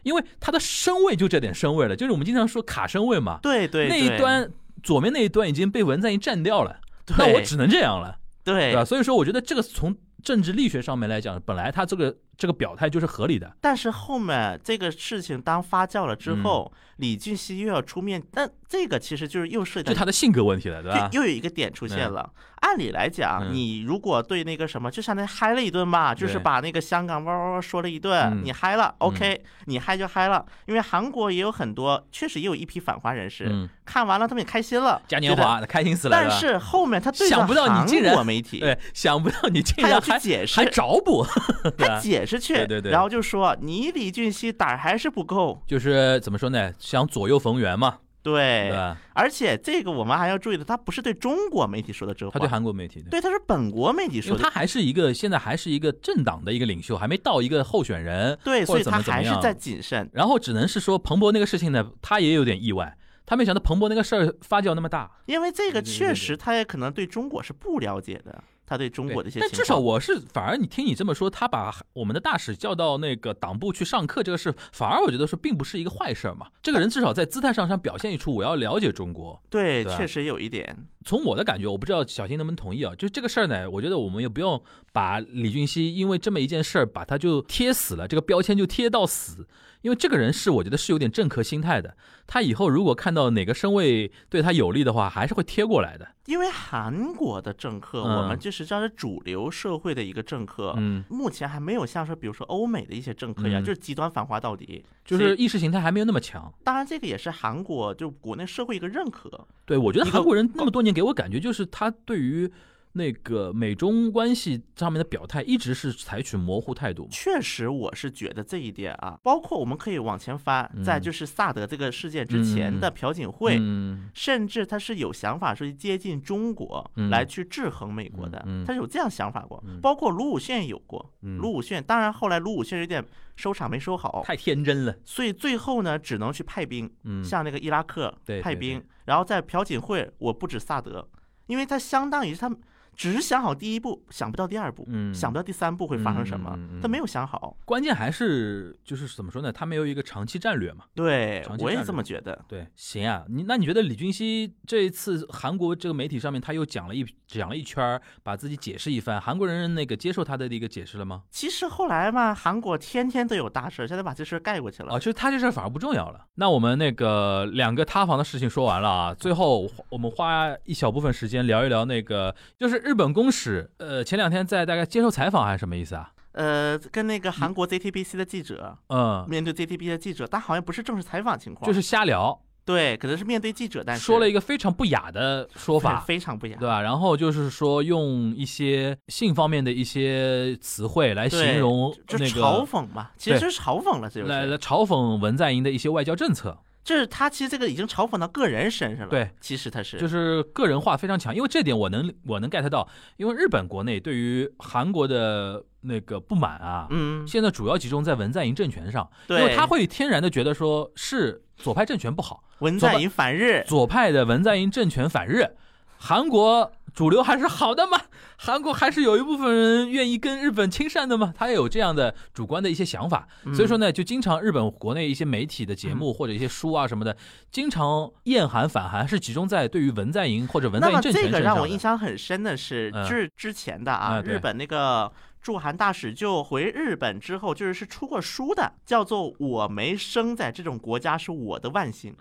B: 因为他的身位就这点身位了，就是我们经常说卡身位嘛，
C: 对对
B: 那一
C: 对
B: 端左面那一端已经被文在寅占掉了，
C: 对
B: 那我只能这样了，对吧？
C: 对，
B: 所以说，我觉得这个从政治力学上面来讲，本来他这个这个表态就是合理的，
C: 但是后面这个事情当发酵了
B: 嗯
C: 之后，李俊熙又要出面，但这个其实就是又涉及
B: 就
C: 到
B: 他的性格问题了，对 吧？
C: 就又有一个点出现了。按理来讲，
B: 嗯
C: 你如果对那个什么，就相当于嗨了一顿嘛，就是
B: 对
C: 把那个香港哇哇哇说了一顿，
B: 嗯
C: 你嗨了，OK，你嗨就嗨了。因为韩国也有很多，确实也有一批反华人士，
B: 嗯，
C: 看完了他们也开心了，
B: 嘉年
C: 觉得。
B: 华开心死了，
C: 但
B: 对吧
C: 是后面他对着
B: 想不到你竟然
C: 韩国媒体，
B: 对，想不到你竟
C: 他要
B: 然
C: 去
B: 还
C: 解释
B: 还，找补，对
C: 他
B: 吧？
C: 解释去，
B: 对对对
C: 然后就说你李俊熙胆儿还是不够，
B: 就是怎么说呢？想左右逢源嘛，对
C: 对，
B: 吧？
C: 而且这个我们还要注意的，他不是对中国媒体说的这
B: 他
C: 话，
B: 对韩国媒体的。
C: 对，他是本国媒体
B: 因
C: 说
B: 为
C: 的，
B: 他还是一个现在还是一个政党的一个领袖，还没到一个候选人，
C: 对，
B: 或
C: 所
B: 者
C: 以
B: 怎
C: 他
B: 么怎么
C: 还是
B: 样
C: 在谨慎，
B: 然后只能是说彭博那个事情呢，他也有点意外，他没想到彭博那个事儿发酵那么大。
C: 因为这
B: 对
C: 个
B: 对
C: 确
B: 对
C: 实他也可能对中国是不了解的，他对中
B: 对
C: 国的一些情
B: 但
C: 况，
B: 至少我是反而你听你这么说，他把我们的大使叫到那个党部去上课这个事，反而我觉得说并不是一个坏事儿嘛。这个人至少在姿态上上表现出我要了解中国，
C: 对，
B: 对啊
C: 确实有一点，
B: 从我的感觉，我不知道小新能不能同意啊。就这个事儿呢，我觉得我们也不用把李俊熙因为这么一件事儿把他就贴死了，这个标签就贴到死。因为这个人是我觉得是有点政客心态的，他以后如果看到哪个身位对他有利的话，还是会贴过来的。
C: 因为韩国的政客，
B: 嗯
C: 我们就是这样的主流社会的一个政客。
B: 嗯，
C: 目前还没有像说，比如说欧美的一些政客呀，
B: 嗯
C: 就是极端反华到底，
B: 就是意识形态还没有那么强。
C: 当然，这个也是韩国就国内社会一个认可。
B: 对我觉得
C: 一个
B: 韩国人那么多年给我感觉就是他对于那个美中关系上面的表态一直是采取模糊态度嘛。
C: 确实，我是觉得这一点啊，包括我们可以往前翻，在
B: 嗯
C: 就是萨德这个事件之前的朴槿惠，
B: 嗯
C: 甚至他是有想法是接近中国
B: 嗯
C: 来去制衡美国的
B: 嗯嗯，
C: 他有这样想法过
B: 嗯。
C: 包括卢武铉有过，
B: 嗯
C: 卢武铉当然后来卢武铉有点收场没收好，
B: 太天真了。
C: 所以最后呢只能去派兵，
B: 嗯，
C: 向那个伊拉克
B: 对对
C: 派
B: 对
C: 兵，然后在朴槿惠，我不止萨德，因为他相当于他只想好第一步，想不到第二步，
B: 嗯
C: 想不到第三步会发生什么，
B: 嗯嗯嗯
C: 他没有想好。
B: 关键还是就是怎么说呢？他没有一个长期战略嘛。
C: 对
B: 长，期
C: 我也
B: 战
C: 这
B: 略
C: 么觉得。
B: 对，行啊，你那你觉得李俊熙这一次韩国这个媒体上面他又讲了一讲了一圈儿，把自己解释一番，韩国人那个接受他的一个解释了吗？
C: 其实后来嘛，韩国天天都有大事儿，现在把这事儿盖过去
B: 啊，
C: 了。
B: 就是他这事儿反而不重要了。那我们那个两个塌房的事情说完了啊，最后我们花一小部分时间聊一聊那个，就是日本公使，呃，前两天在大概接受采访还是什么意思啊？
C: 呃，跟那个韩国 JTBC 的记者、
B: 嗯，
C: 面对 JTBC 的记者，他好像不是正式采访情况，
B: 就是瞎聊，
C: 对，可能是面对记者，但是
B: 说了一个非常不雅的说法，
C: 非常不一样。
B: 对吧？然后就是说用一些性方面的一些词汇来形
C: 对
B: 容
C: 就
B: 那
C: 嘲
B: 个。
C: 讽嘛，其实
B: 对
C: 就是嘲讽了，这就是
B: 来来嘲讽文在寅的一些外交政策，
C: 就是他其实这个已经嘲讽到个人身上了。
B: 对，
C: 其实他是
B: 就是个人化非常强，因为这点我能我能 get 到，因为日本国内对于韩国的那个不满啊，
C: 嗯，
B: 现在主要集中在文在寅政权上，因
C: 对，
B: 为他会天然的觉得说是左派政权不好，
C: 文在寅反日，
B: 左派的文在寅政权反日，韩国主流还是好的嘛，韩国还是有一部分人愿意跟日本亲善的嘛，他也有这样的主观的一些想法，
C: 嗯
B: 所以说呢，就经常日本国内一些媒体的节目或者一些书啊什么的，经常厌韩反韩是集中在对于文在寅或者文在
C: 那
B: 寅
C: 么
B: 政
C: 这
B: 权
C: 个
B: 身
C: 让
B: 上
C: 我
B: 的
C: 印象很深的是，
B: 嗯
C: 就是之前的啊，
B: 嗯对
C: 日本那个驻韩大使就回日本之后，就是是出过书的，叫做《我没生在这种国家是我的万幸》，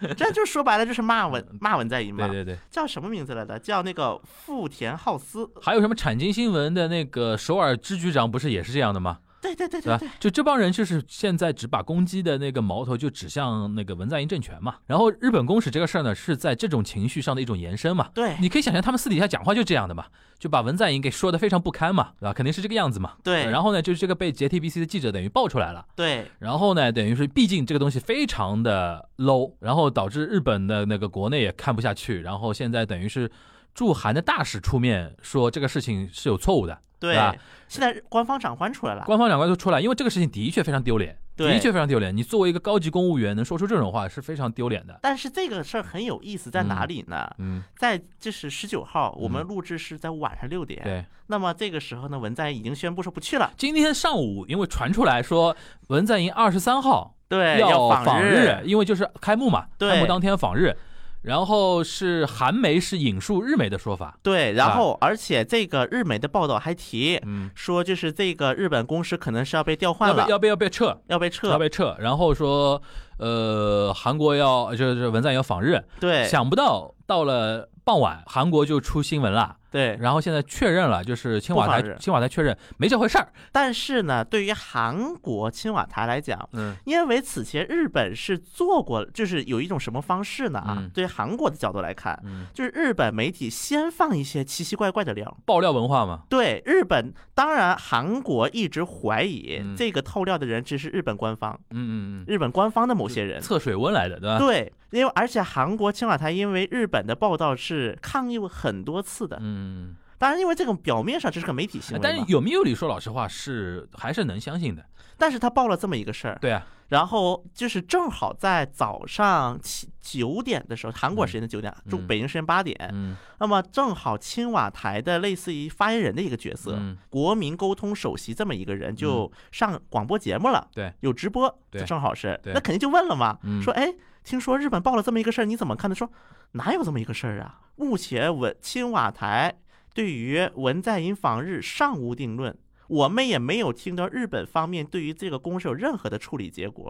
C: 这就说白了就是骂文骂文在寅
B: 嗯对
C: 嘛，
B: 对对，
C: 叫什么名字来着？叫那个富田浩司。
B: 还有什么产经新闻的那个首尔支局长不是也是这样的吗？
C: 对对对
B: 对
C: 对
B: 吧
C: 对，？
B: 就这帮人就是现在只把攻击的那个矛头就指向那个文在寅政权嘛。然后日本公使这个事儿呢，是在这种情绪上的一种延伸嘛。
C: 对
B: 你可以想象他们私底下讲话就这样的嘛，就把文在寅给说的非常不堪嘛，对吧？肯定是这个样子嘛。呃
C: 对
B: 然后呢，就是这个被 JTBC 的记者等于爆出来了。
C: 对，
B: 然后呢，等于是毕竟这个东西非常的 low，然后导致日本的那个国内也看不下去，然后现在等于是驻韩的大使出面说这个事情是有错误的，
C: 对
B: 吧，
C: 现在官方长官出来了，
B: 官方长官就出来，因为这个事情的确非常丢脸，
C: 对
B: 的确非常丢脸。你作为一个高级公务员能说出这种话是非常丢脸的，
C: 但是这个事儿很有意思，在哪
B: 嗯
C: 里呢？
B: 嗯，
C: 在就是十九号，我们
B: 嗯
C: 录制是在晚上六点。
B: 对。
C: 那么这个时候呢，文在寅已经宣布说不去了，
B: 今天上午因为传出来说文在寅二十三号
C: 对，
B: 要
C: 访
B: 访因为就是开幕嘛，
C: 对
B: 开幕当天访日，然后是韩媒是引述日媒的说法，
C: 对，
B: 吧
C: 然后而且这个日媒的报道还提
B: 嗯，
C: 说，就是这个日本公司可能是要被调换
B: 要
C: 了
B: 被，要被要被撤，
C: 要被
B: 要
C: 撤。
B: 被撤，然后说，呃，韩国要就是文在寅要访日，
C: 对
B: 想不到到了傍晚，韩国就出新闻了，
C: 对，
B: 然后现在确认了，就是青瓦
C: 不访
B: 台
C: 日
B: 青瓦台确认没这回事儿，
C: 但是呢，对于韩国青瓦台来讲，
B: 嗯
C: 因为此前日本是做过，就是有一种什么方式呢？啊
B: 嗯，
C: 对韩国的角度来看，
B: 嗯，
C: 就是日本媒体先放一些奇奇怪怪的料，
B: 爆料文化嘛，
C: 对日本，当然韩国一直怀疑
B: 嗯
C: 这个透料的人只是日本官方，
B: 嗯嗯嗯，
C: 日本官方的某些人。
B: 测水温来的，对吧？
C: 对，因为而且韩国青瓦台因为日本的报道是抗议过很多次的，
B: 嗯，呃
C: 当然因为这种表面上这是个媒体新闻嘛，
B: 但
C: 哎
B: 是有没有理说老实话是还是能相信的，
C: 但是他报了这么一个事儿，
B: 对啊，
C: 然后就是正好在早上七九点的时候，韩国时间的九点，啊中
B: 嗯
C: 北京时间八点，
B: 嗯
C: 那么正好青瓦台的类似于发言人的一个角色，
B: 嗯
C: 国民沟通首席这么一个人就上广播节目了，
B: 对，
C: 有直播，
B: 对
C: 这正好是，
B: 对
C: 那肯定就问了嘛，
B: 嗯
C: 说哎，听说日本报了这么一个事儿，你怎么看的？说哪有这么一个事儿啊？目前文青瓦台对于文在寅访日尚无定论，我们也没有听到日本方面对于这个公事有任何的处理结果。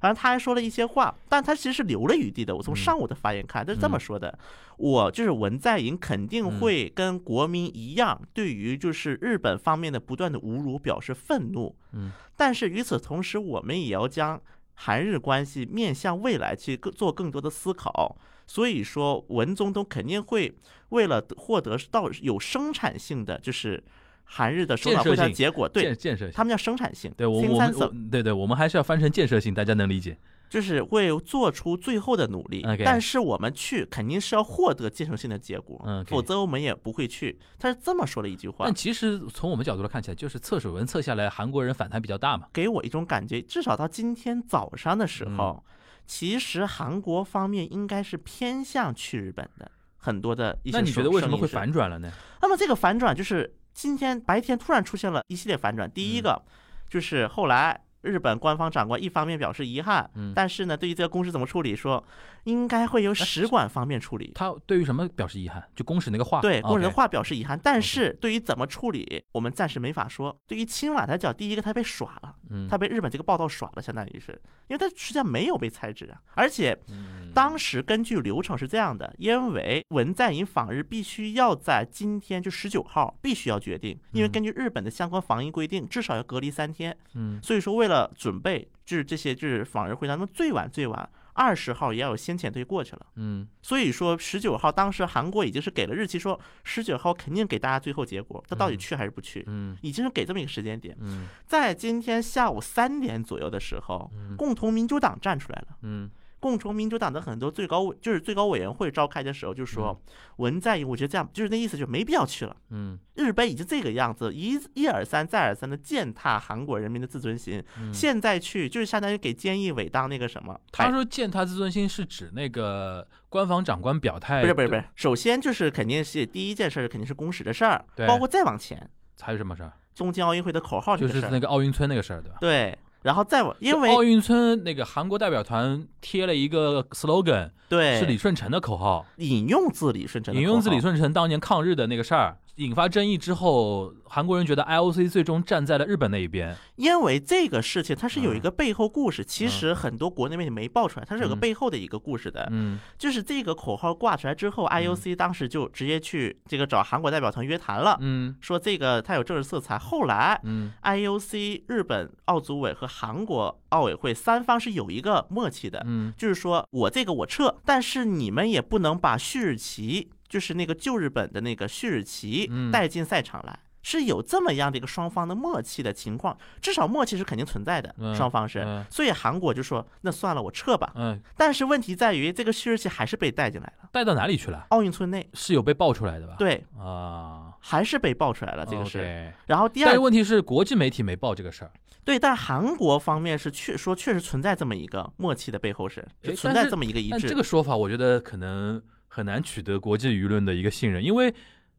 C: 反正他还说了一些话，但他其实是留了余地的。我从
B: 嗯
C: 上午的发言看，他是这么说的：我就是文在寅肯
B: 嗯
C: 定会跟国民一样，对于就是日本方面的不断的侮辱表示愤怒。
B: 嗯，
C: 但是与此同时，我们也要将韩日关系面向未来去更做更多的思考。所以说，文中东肯定会为了获得到有生产性的，就是韩日的首脑会
B: 建设
C: 谈
B: 性
C: 结果，对
B: 建建设性。
C: 他们叫生产性。
B: 对我
C: 新
B: 我
C: 三
B: 们我对对，我们还是要翻成建设性，大家能理解。
C: 就是会做出最后的努力
B: OK
C: 但是我们去肯定是要获得建设性的结果
B: 嗯 OK
C: 否则我们也不会去。他是这么说了一句话
B: 但，其实从我们角度来看起来，就是测水文测下来，韩国人反弹比较大嘛。
C: 给我一种感觉，至少到今天早上的
B: 嗯
C: 时候，其实韩国方面应该是偏向去日本的，很多的一些
B: 那你觉
C: 声
B: 得为什么会？
C: 声音
B: 反转了呢？
C: 是那么这个反转就是今天白天突然出现了一系列反转，
B: 嗯
C: 第一个就是后来。日本官方长官一方面表示遗憾，
B: 嗯哎
C: 但是呢，对于这个公事怎么处理，说应该会由使馆方面处理。
B: 他对于什么表示遗憾？就公使那个话，
C: 对，工人
B: 啊 OK
C: 话表示遗憾，但
B: OK
C: 是对于怎么处理，我们暂时没法说。对于青瓦台角，第一个他被耍了，
B: 嗯，
C: 他被日本这个报道耍了，相当于是，因为他实际上没有被裁职啊。而且
B: 嗯
C: 当时根据流程是这样的，因为文在寅访日必须要在今天就十九号必须要决定，因为
B: 嗯
C: 根据日本的相关防疫规定，至少要隔离三天。
B: 嗯
C: 所以说，为了准备，就是这些就是访日会谈，那么最晚最晚二十号也要有先遣队过去了。
B: 嗯
C: 所以说，十九号当时韩国已经是给了日期，说十九号肯定给大家最后结果，他到底
B: 嗯
C: 去还是不去，
B: 嗯
C: 已经是给这么一个时间点。
B: 嗯
C: 在今天下午三点左右的时候，
B: 嗯
C: 共同民主党站出来了。
B: 嗯
C: 共同民主党的很多最高委就是最高委员会召开的时候，就说文在寅，我觉得这样就是那意思，就没必要去了。
B: 嗯
C: 日本已经这个样子，一一而三再而三的践踏韩国人民的自尊心，
B: 嗯，
C: 现在去就是相当于给菅义伟当那个什么，
B: 他说践踏自尊心是指那个官方长官表态，
C: 不是不是不是，首先就是肯定是第一件事儿，肯定是工时的事儿，
B: 对
C: 包括再往前，
B: 还有什么事儿？
C: 东京奥运会的口号
B: 就
C: 这个
B: 是
C: 事
B: 那
C: 儿，
B: 个奥运村那个事儿，对吧？
C: 对，然后再往，因
B: 奥
C: 为
B: 运村那个韩国代表团贴了一个 slogan，是李
C: 对
B: 舜臣的口号，
C: 引用自李顺成的
B: 引用自李
C: 口号
B: 舜臣当年抗日的那个事儿，引发争议之后，韩国人觉得 IOC 最终站在了日本那一边。
C: 因为这个事情它是有一
B: 嗯
C: 个背后故事，其
B: 嗯
C: 实很多国内媒体没爆出来，它是有个
B: 嗯
C: 背后的一个故事的，
B: 嗯
C: 就是这个口号挂出来之后，IOC 当时就直接去这个找韩国代表团约谈了，
B: 嗯
C: 说这个它有政治色彩，后来。
B: 嗯
C: IOC、日本奥组委和韩国奥委会三方是有一个默契的，
B: 嗯
C: 就是说我这个我撤，但是你们也不能把旭日旗，就是那个旧日本的那个旭日旗
B: 嗯
C: 带进赛场来，是有这么样的一个双方的默契的情况，至少默契是肯定存在的，
B: 嗯
C: 双方是。
B: 嗯
C: 所以韩国就说那算了，我撤吧。
B: 嗯，
C: 但是问题在于这个旭日旗还是被带进来了，
B: 带到哪里去了？
C: 奥运村内，
B: 是有被爆出来的吧？
C: 对，
B: 啊，
C: 还是被爆出来了这个事。
B: OK
C: 然后第
B: 但
C: 二
B: 是问题是，国际媒体没报这个事儿，
C: 对，但韩国方面是确说确实存在这么一个默契的背后是
B: 诶
C: 存
B: 但
C: 在
B: 是
C: 这么一个一
B: 但
C: 致。
B: 这个说法，我觉得可能很难取得国际舆论的一个信任，因为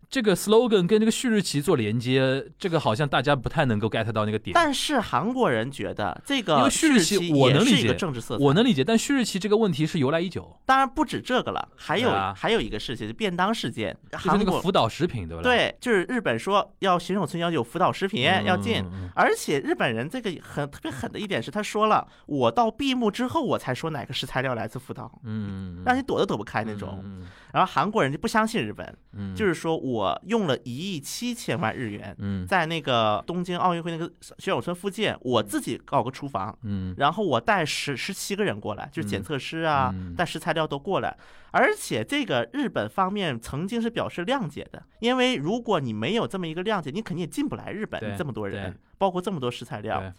B: 这个 slogan 跟这个旭日旗做连接，这个好像大家不太能够 get 到那个点。
C: 但是韩国人觉得这
B: 因
C: 个
B: 为旭
C: 旭日
B: 日
C: 旗
B: 旗我
C: 也
B: 能
C: 是
B: 理
C: 一个
B: 解
C: 政治色彩。
B: 我能理解，但旭日旗这个问题是由来已久，
C: 当然不止这个了，还有、
B: 对啊
C: 还有一个事情，就便当事件，
B: 就是
C: 韩
B: 那个
C: 国
B: 福岛食品，对吧？
C: 对，就是日本说要新手村要有辅导食品、
B: 嗯，
C: 要进。
B: 嗯，嗯
C: 而且日本人这个很特别狠的一点是，他说了，我到闭幕之后我才说哪个食材料来自福岛，
B: 嗯，嗯
C: 让你躲都躲不开那种。
B: 嗯，
C: 然后韩国人就不相信日本，
B: 嗯
C: 就是说我用了一亿七千万日元，
B: 嗯
C: 在那个东京奥运会那个选手村附近，我自己搞个厨房，
B: 嗯
C: 然后我带十十七个人过来，就是检
B: 嗯
C: 测师啊，
B: 嗯
C: 带食材料都过来。而且这个日本方面曾经是表示谅解的，因为如果你没有这么一个谅解，你肯定也进不来日本
B: 对
C: 这么多人
B: 对，
C: 包括这么多食材料
B: 对。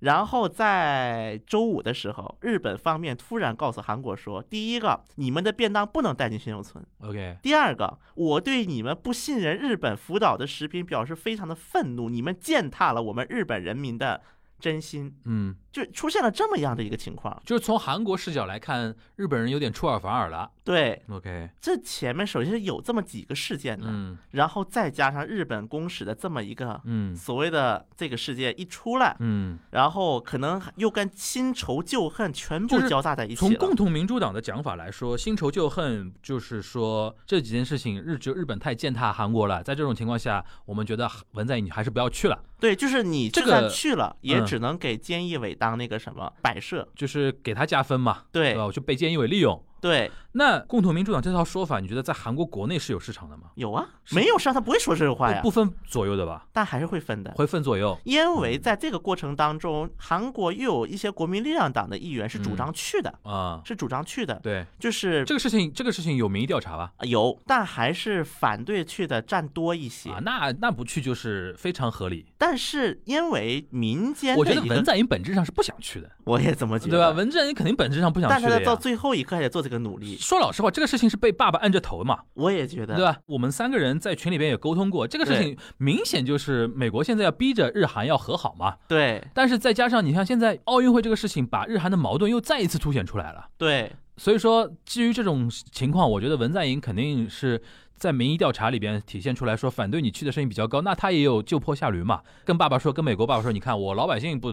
C: 然后在周五的时候，日本方面突然告诉韩国说：第一个，你们的便当不能带进新手村；
B: ，OK，
C: 第二个，我对你们不信任日本福岛的食品表示非常的愤怒，你们践踏了我们日本人民的真心。
B: 嗯，
C: 就出现了这么样的一个情况。
B: 就是从韩国视角来看，日本人有点出尔反尔了
C: 对，
B: ，OK，
C: 这前面首先是有这么几个事件的，
B: 嗯
C: 然后再加上日本公使的这么一个
B: 嗯
C: 所谓的这个事件一出来，
B: 嗯，
C: 然后可能又跟新仇旧恨全
B: 就
C: 部
B: 是
C: 交杂在一
B: 从
C: 起
B: 共
C: 了。
B: 同民主党的讲法来说，新仇旧恨就是说这几件事情，日就日本太践踏韩国了。在这种情况下，我们觉得文在寅你还是不要去了，
C: 对，就是你
B: 这
C: 就算
B: 个
C: 去了，也
B: 嗯
C: 只能给菅义伟当那个什么摆设。
B: 就是给他加分嘛，
C: 对
B: 吧？就被菅义伟利用。
C: 对，
B: 那共同民主党这套说法，你觉得在韩国国内是有市场的吗？
C: 有啊，没有市场他不会说这种话呀
B: 不，分左右的吧，
C: 但还是会分的。
B: 会嗯分左右。
C: 因为在这个过程当中，韩国又有一些国民力量党的议员是主张去的，
B: 啊、
C: 是主张去的，
B: 嗯对，
C: 就是
B: 这个事情，这个事情有民意调查吧？
C: 呃有，但还是反对去的占多一些。
B: 啊，那那不去就是非常合理。
C: 但是因为民间
B: 我
C: 的
B: 觉
C: 一
B: 得
C: 个，
B: 文在寅本质上是不想去的，
C: 我也这么觉得，
B: 对吧？？文在寅肯定本质上不想
C: 但
B: 去
C: 他
B: 的
C: 到
B: 呀。
C: 最后一刻还得做这个努力，
B: 说老实话，这个事情是被爸爸按着头的嘛，
C: 我也觉得，
B: 对吧？我们三个人在群里边也沟通过，这个事情明显就是美国现在要逼着日韩要和好嘛。
C: 对
B: 但是再加上你看现在奥运会这个事情，把日韩的矛盾又再一次凸显出来了。
C: 对
B: 所以说，基于这种情况，我觉得文在寅肯定是在民意调查里边体现出来说，反对你去的声音比较高。那他也有就坡下驴嘛，跟爸爸说，跟美国爸爸说，你看我老百姓不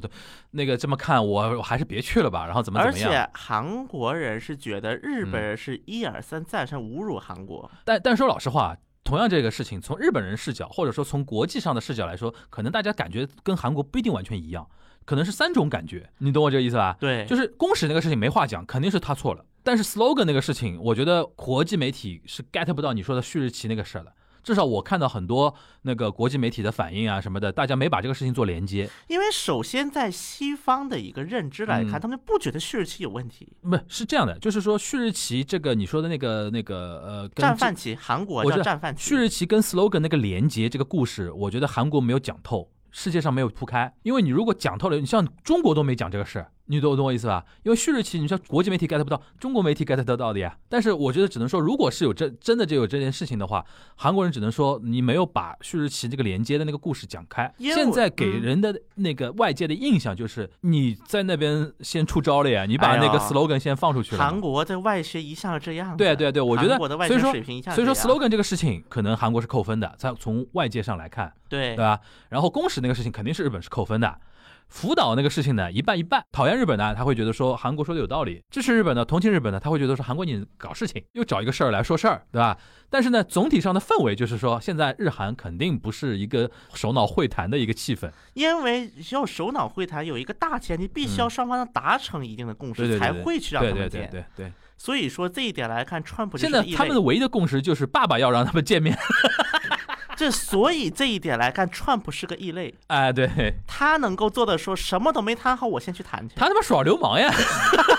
B: 那个这么看，我我还是别去了吧。然后怎么怎
C: 而
B: 么样？嗯
C: 且韩国人是觉得日本人是一而三再而三侮辱韩国，
B: 但但说老实话。同样这个事情，从日本人视角，或者说从国际上的视角来说，可能大家感觉跟韩国不一定完全一样，可能是三种感觉，你懂我这个意思吧？
C: 对，
B: 就是是公使那个事情没话讲，肯定是他错了。但是 slogan 那个事情，我觉得国际媒体是 get 不到你说的旭日旗那个事儿的。至少我看到很多那个国际媒体的反应啊什么的，大家没把这个事情做连接，
C: 因为首先在西方的一个认知来
B: 嗯
C: 看，他们不觉得旭日旗有问题，
B: 不是是这样的，就是说旭日旗这个你说的那个那个呃，跟
C: 战犯旗，韩国
B: 我知
C: 叫
B: 道
C: 战犯
B: 旭
C: 旗，
B: 日旗跟 slogan 那个连接这个故事，我觉得韩国没有讲透，世界上没有铺开。因为你如果讲透了，你像中国都没讲这个事儿，你懂懂我意思吧？因为旭日旗，你像国际媒体 get 不到，中国媒体 get 得到的呀。但是我觉得只能说，如果是有真真的就有这件事情的话，韩国人只能说你没有把旭日旗这个连接的那个故事讲开。
C: 因为
B: 现在给
C: 嗯
B: 人的那个外界的印象就是你在那边先出招了呀，你把
C: 哎呀
B: 那个 slogan 先放出去了嘛。
C: 韩国的外宣一向是这样的，
B: 对对对，我觉得
C: 韩国的外
B: 所以
C: 宣
B: 说
C: 水平一向
B: 所以说
C: 这样
B: slogan 这个事情，可能韩国是扣分的，在从外界上来看，
C: 对
B: 对吧？然后公使那个事情肯定是日本是扣分的。福岛那个事情呢，一半一半。讨厌日本呢，他会觉得说韩国说的有道理；支持日本呢，同情日本呢，他会觉得说韩国你搞事情，又找一个事儿来说事儿，对吧？但是呢，总体上的氛围就是说，现在日韩肯定不是一个首脑会谈的一个气氛。
C: 因为要首脑会谈有一个大前提，必须要双方要达成一定的共
B: 嗯
C: 识，
B: 对对对
C: 才
B: 对
C: 会去让
B: 对
C: 他
B: 对
C: 们
B: 对
C: 见。
B: 对对。
C: 所以说这一点来看，川普就
B: 现
C: 是
B: 在
C: 异
B: 他
C: 类
B: 们的唯一的共识就是爸爸要让他们见面。
C: 这，所以这一点来看，川普是个异类，
B: 哎，对，
C: 他能够做的说什么都没谈好，我先去谈去。
B: 他他妈耍流氓呀！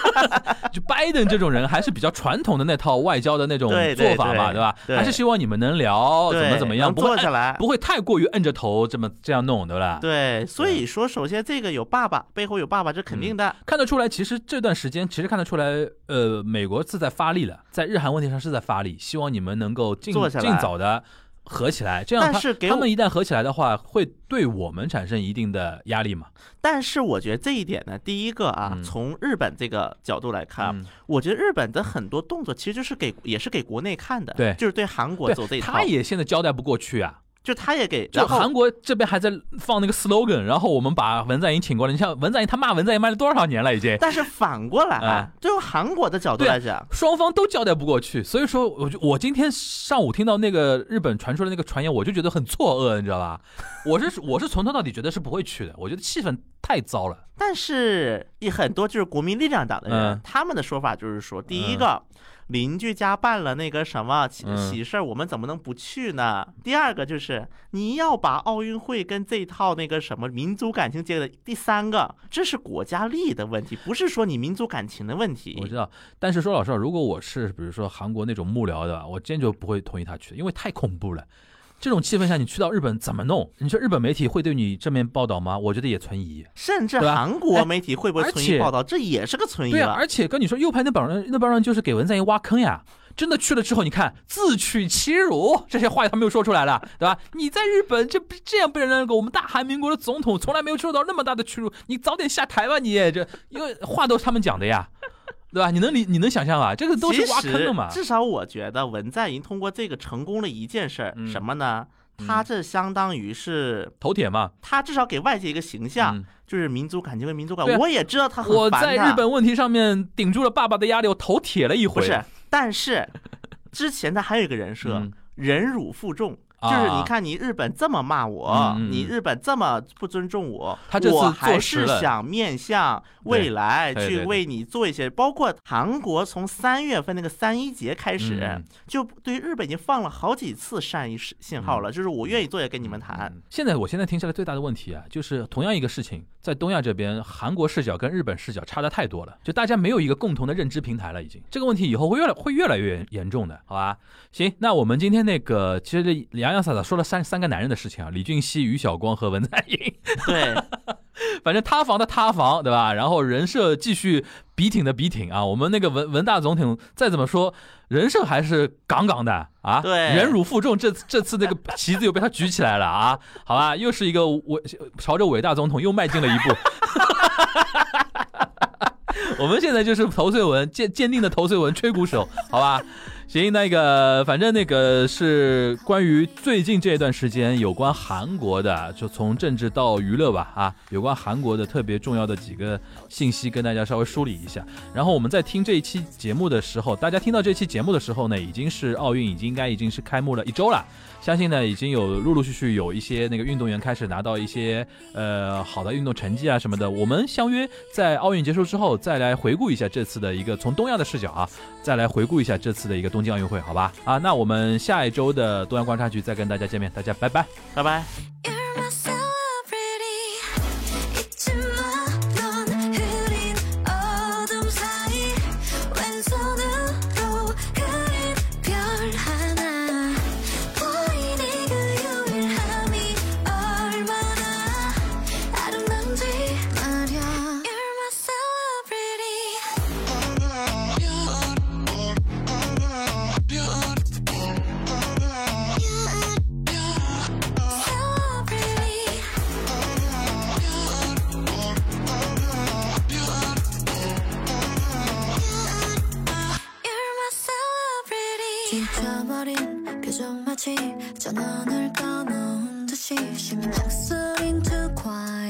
B: 就拜登这种人还是比较传统的那套外交的那种
C: 对
B: 做
C: 对
B: 法嘛，
C: 对
B: 对吧？
C: 对
B: 还是希望你们能聊，
C: 对
B: 哦怎么怎么样，
C: 能
B: 不会
C: 坐
B: 按
C: 下来。
B: 不会太过于摁着头这么这样弄，对吧？
C: 对，所以说首先这个有爸爸，背后有爸爸，这肯定的。
B: 看得出来，其实这段时间其实看得出来，呃，美国是在发力的，在日韩问题上是在发力，希望你们能够尽
C: 坐下来
B: 尽早的和起来，这样
C: 但
B: 他
C: 是给
B: 他
C: 我
B: 们一旦合起来的话，会对我们产生一定的压力嘛？
C: 但是我觉得这一点呢，第一个啊，
B: 嗯
C: 从日本这个角度来看，
B: 嗯
C: 我觉得日本的很多动作其实就是给也是给国内看的，
B: 对
C: 就是对韩国走这
B: 对，
C: 一套，
B: 他也现在交代不过去啊。
C: 就他也给，
B: 就
C: 然后
B: 韩国这边还在放那个 slogan，然后我们把文在寅请过来。你像文在寅，他骂文在寅骂了多少年了已经，
C: 但是反过来啊，就用韩国的角度
B: 对啊
C: 来讲，
B: 双方都交代不过去。所以说，我就我今天上午听到那个日本传出来那个传言，我就觉得很错愕，你知道吧？ 我是我是从头到底觉得是不会去的，我觉得气氛太糟了。
C: 但是也很多就是国民力量党的人，
B: 嗯
C: 他们的说法就是说，第一
B: 嗯
C: 个。邻居家办了那个什么喜
B: 嗯
C: 喜事儿，我们怎么能不去呢？第二个就是你要把奥运会跟这套那个什么民族感情结合。第三个，这是国家利益的问题，不是说你民族感情的问题。
B: 我知道，但是说老实话，如果我是比如说韩国那种幕僚的，我坚决不会同意他去，因为太恐怖了。这种气氛下，你去到日本怎么弄？你说日本媒体会对你正面报道吗？我觉得也存疑。
C: 甚至
B: 对吧
C: 韩
B: 哎
C: 国媒体会不会
B: 而
C: 存
B: 且
C: 疑报道，这也是个存疑
B: 对啊，
C: 了。
B: 而且跟你说，右派那帮人，那帮人就是给文在寅挖坑呀。真的去了之后，你看自取其辱 这些话他们又说出来了，对吧？你在日本这这样被人那个我们大韩民国的总统从来没有受到那么大的屈辱，你早点下台吧你！这因为话都是他们讲的呀，对吧？你能理你能想象啊吧？这个都
C: 其
B: 是
C: 实
B: 挖坑的嘛。
C: 至少我觉得文在寅通过这个成功了一件事儿，
B: 嗯
C: 什么呢？
B: 嗯
C: 他这相当于是
B: 头铁嘛，
C: 他至少给外界一个形象，
B: 嗯，
C: 就是民族感情跟民族感
B: 对。啊
C: 我也知道他很
B: 我
C: 烦
B: 在
C: 他
B: 日本问题上面顶住了爸爸的压力，我头铁了一回。
C: 不是，但是之前他还有一个人设，
B: 嗯
C: 忍辱负重。就是你
B: 啊，
C: 看，你日本这么骂我，
B: 嗯嗯
C: 你日本这么不尊重我，
B: 他这次
C: 我
B: 坐
C: 还
B: 实
C: 是
B: 了
C: 想面向未来
B: 对对
C: 去
B: 对
C: 为你做一些，包括韩国从三月份那个三一节开始，
B: 嗯
C: 就对日本已经放了好几次善意信号了，就是我愿意坐下跟你们谈。
B: 嗯现在我现在听下来最大的问题啊，就是同样一个事情，在东亚这边，韩国视角跟日本视角差的太多了，就大家没有一个共同的认知平台了，已经这个问题以后会越来会越来越严重的，好吧？行，那我们今天那个其实洋洋洒洒说了三三个男人的事情啊，李俊熙、于晓光和文在寅，
C: 对，
B: 反正塌房的塌房，对吧？然后人设继续笔挺的笔挺啊，我们那个文文大总统再怎么说，人设还是杠杠的啊，
C: 对
B: 忍辱负重，这这次那个旗子又被他举起来了啊，好吧，又是一个伟朝着伟大总统又迈进了一步。我们现在就是投碎文，坚坚定的投碎文，吹鼓手，好吧？行，那个反正那个是关于最近这段时间有关韩国的，就从政治到娱乐吧啊，有关韩国的特别重要的几个信息跟大家稍微梳理一下。然后我们在听这一期节目的时候，大家听到这期节目的时候呢，已经是奥运已经应该已经是开幕了一周了，相信呢已经有陆陆续续有一些那个运动员开始拿到一些呃好的运动成绩啊什么的。我们相约在奥运结束之后再来回顾一下这次的一个从东亚的视角啊，再来回顾一下这次的一个东京奥运会，好吧？啊，那我们下一周的东亚观察局再跟大家见面，大家拜拜。
C: 拜拜。
A: You're my celebrity 잊지 마넌 흐린 어둠 사이 왼손으로 그린 별 하나 보이니 그 유일함이 얼마나 아름다운지 말야 You're my celebrity So pretty You're my celebrity 지쳐버린 표정 마치 전원을 꺼놓은 듯이 심장 소린 too quiet 어, 그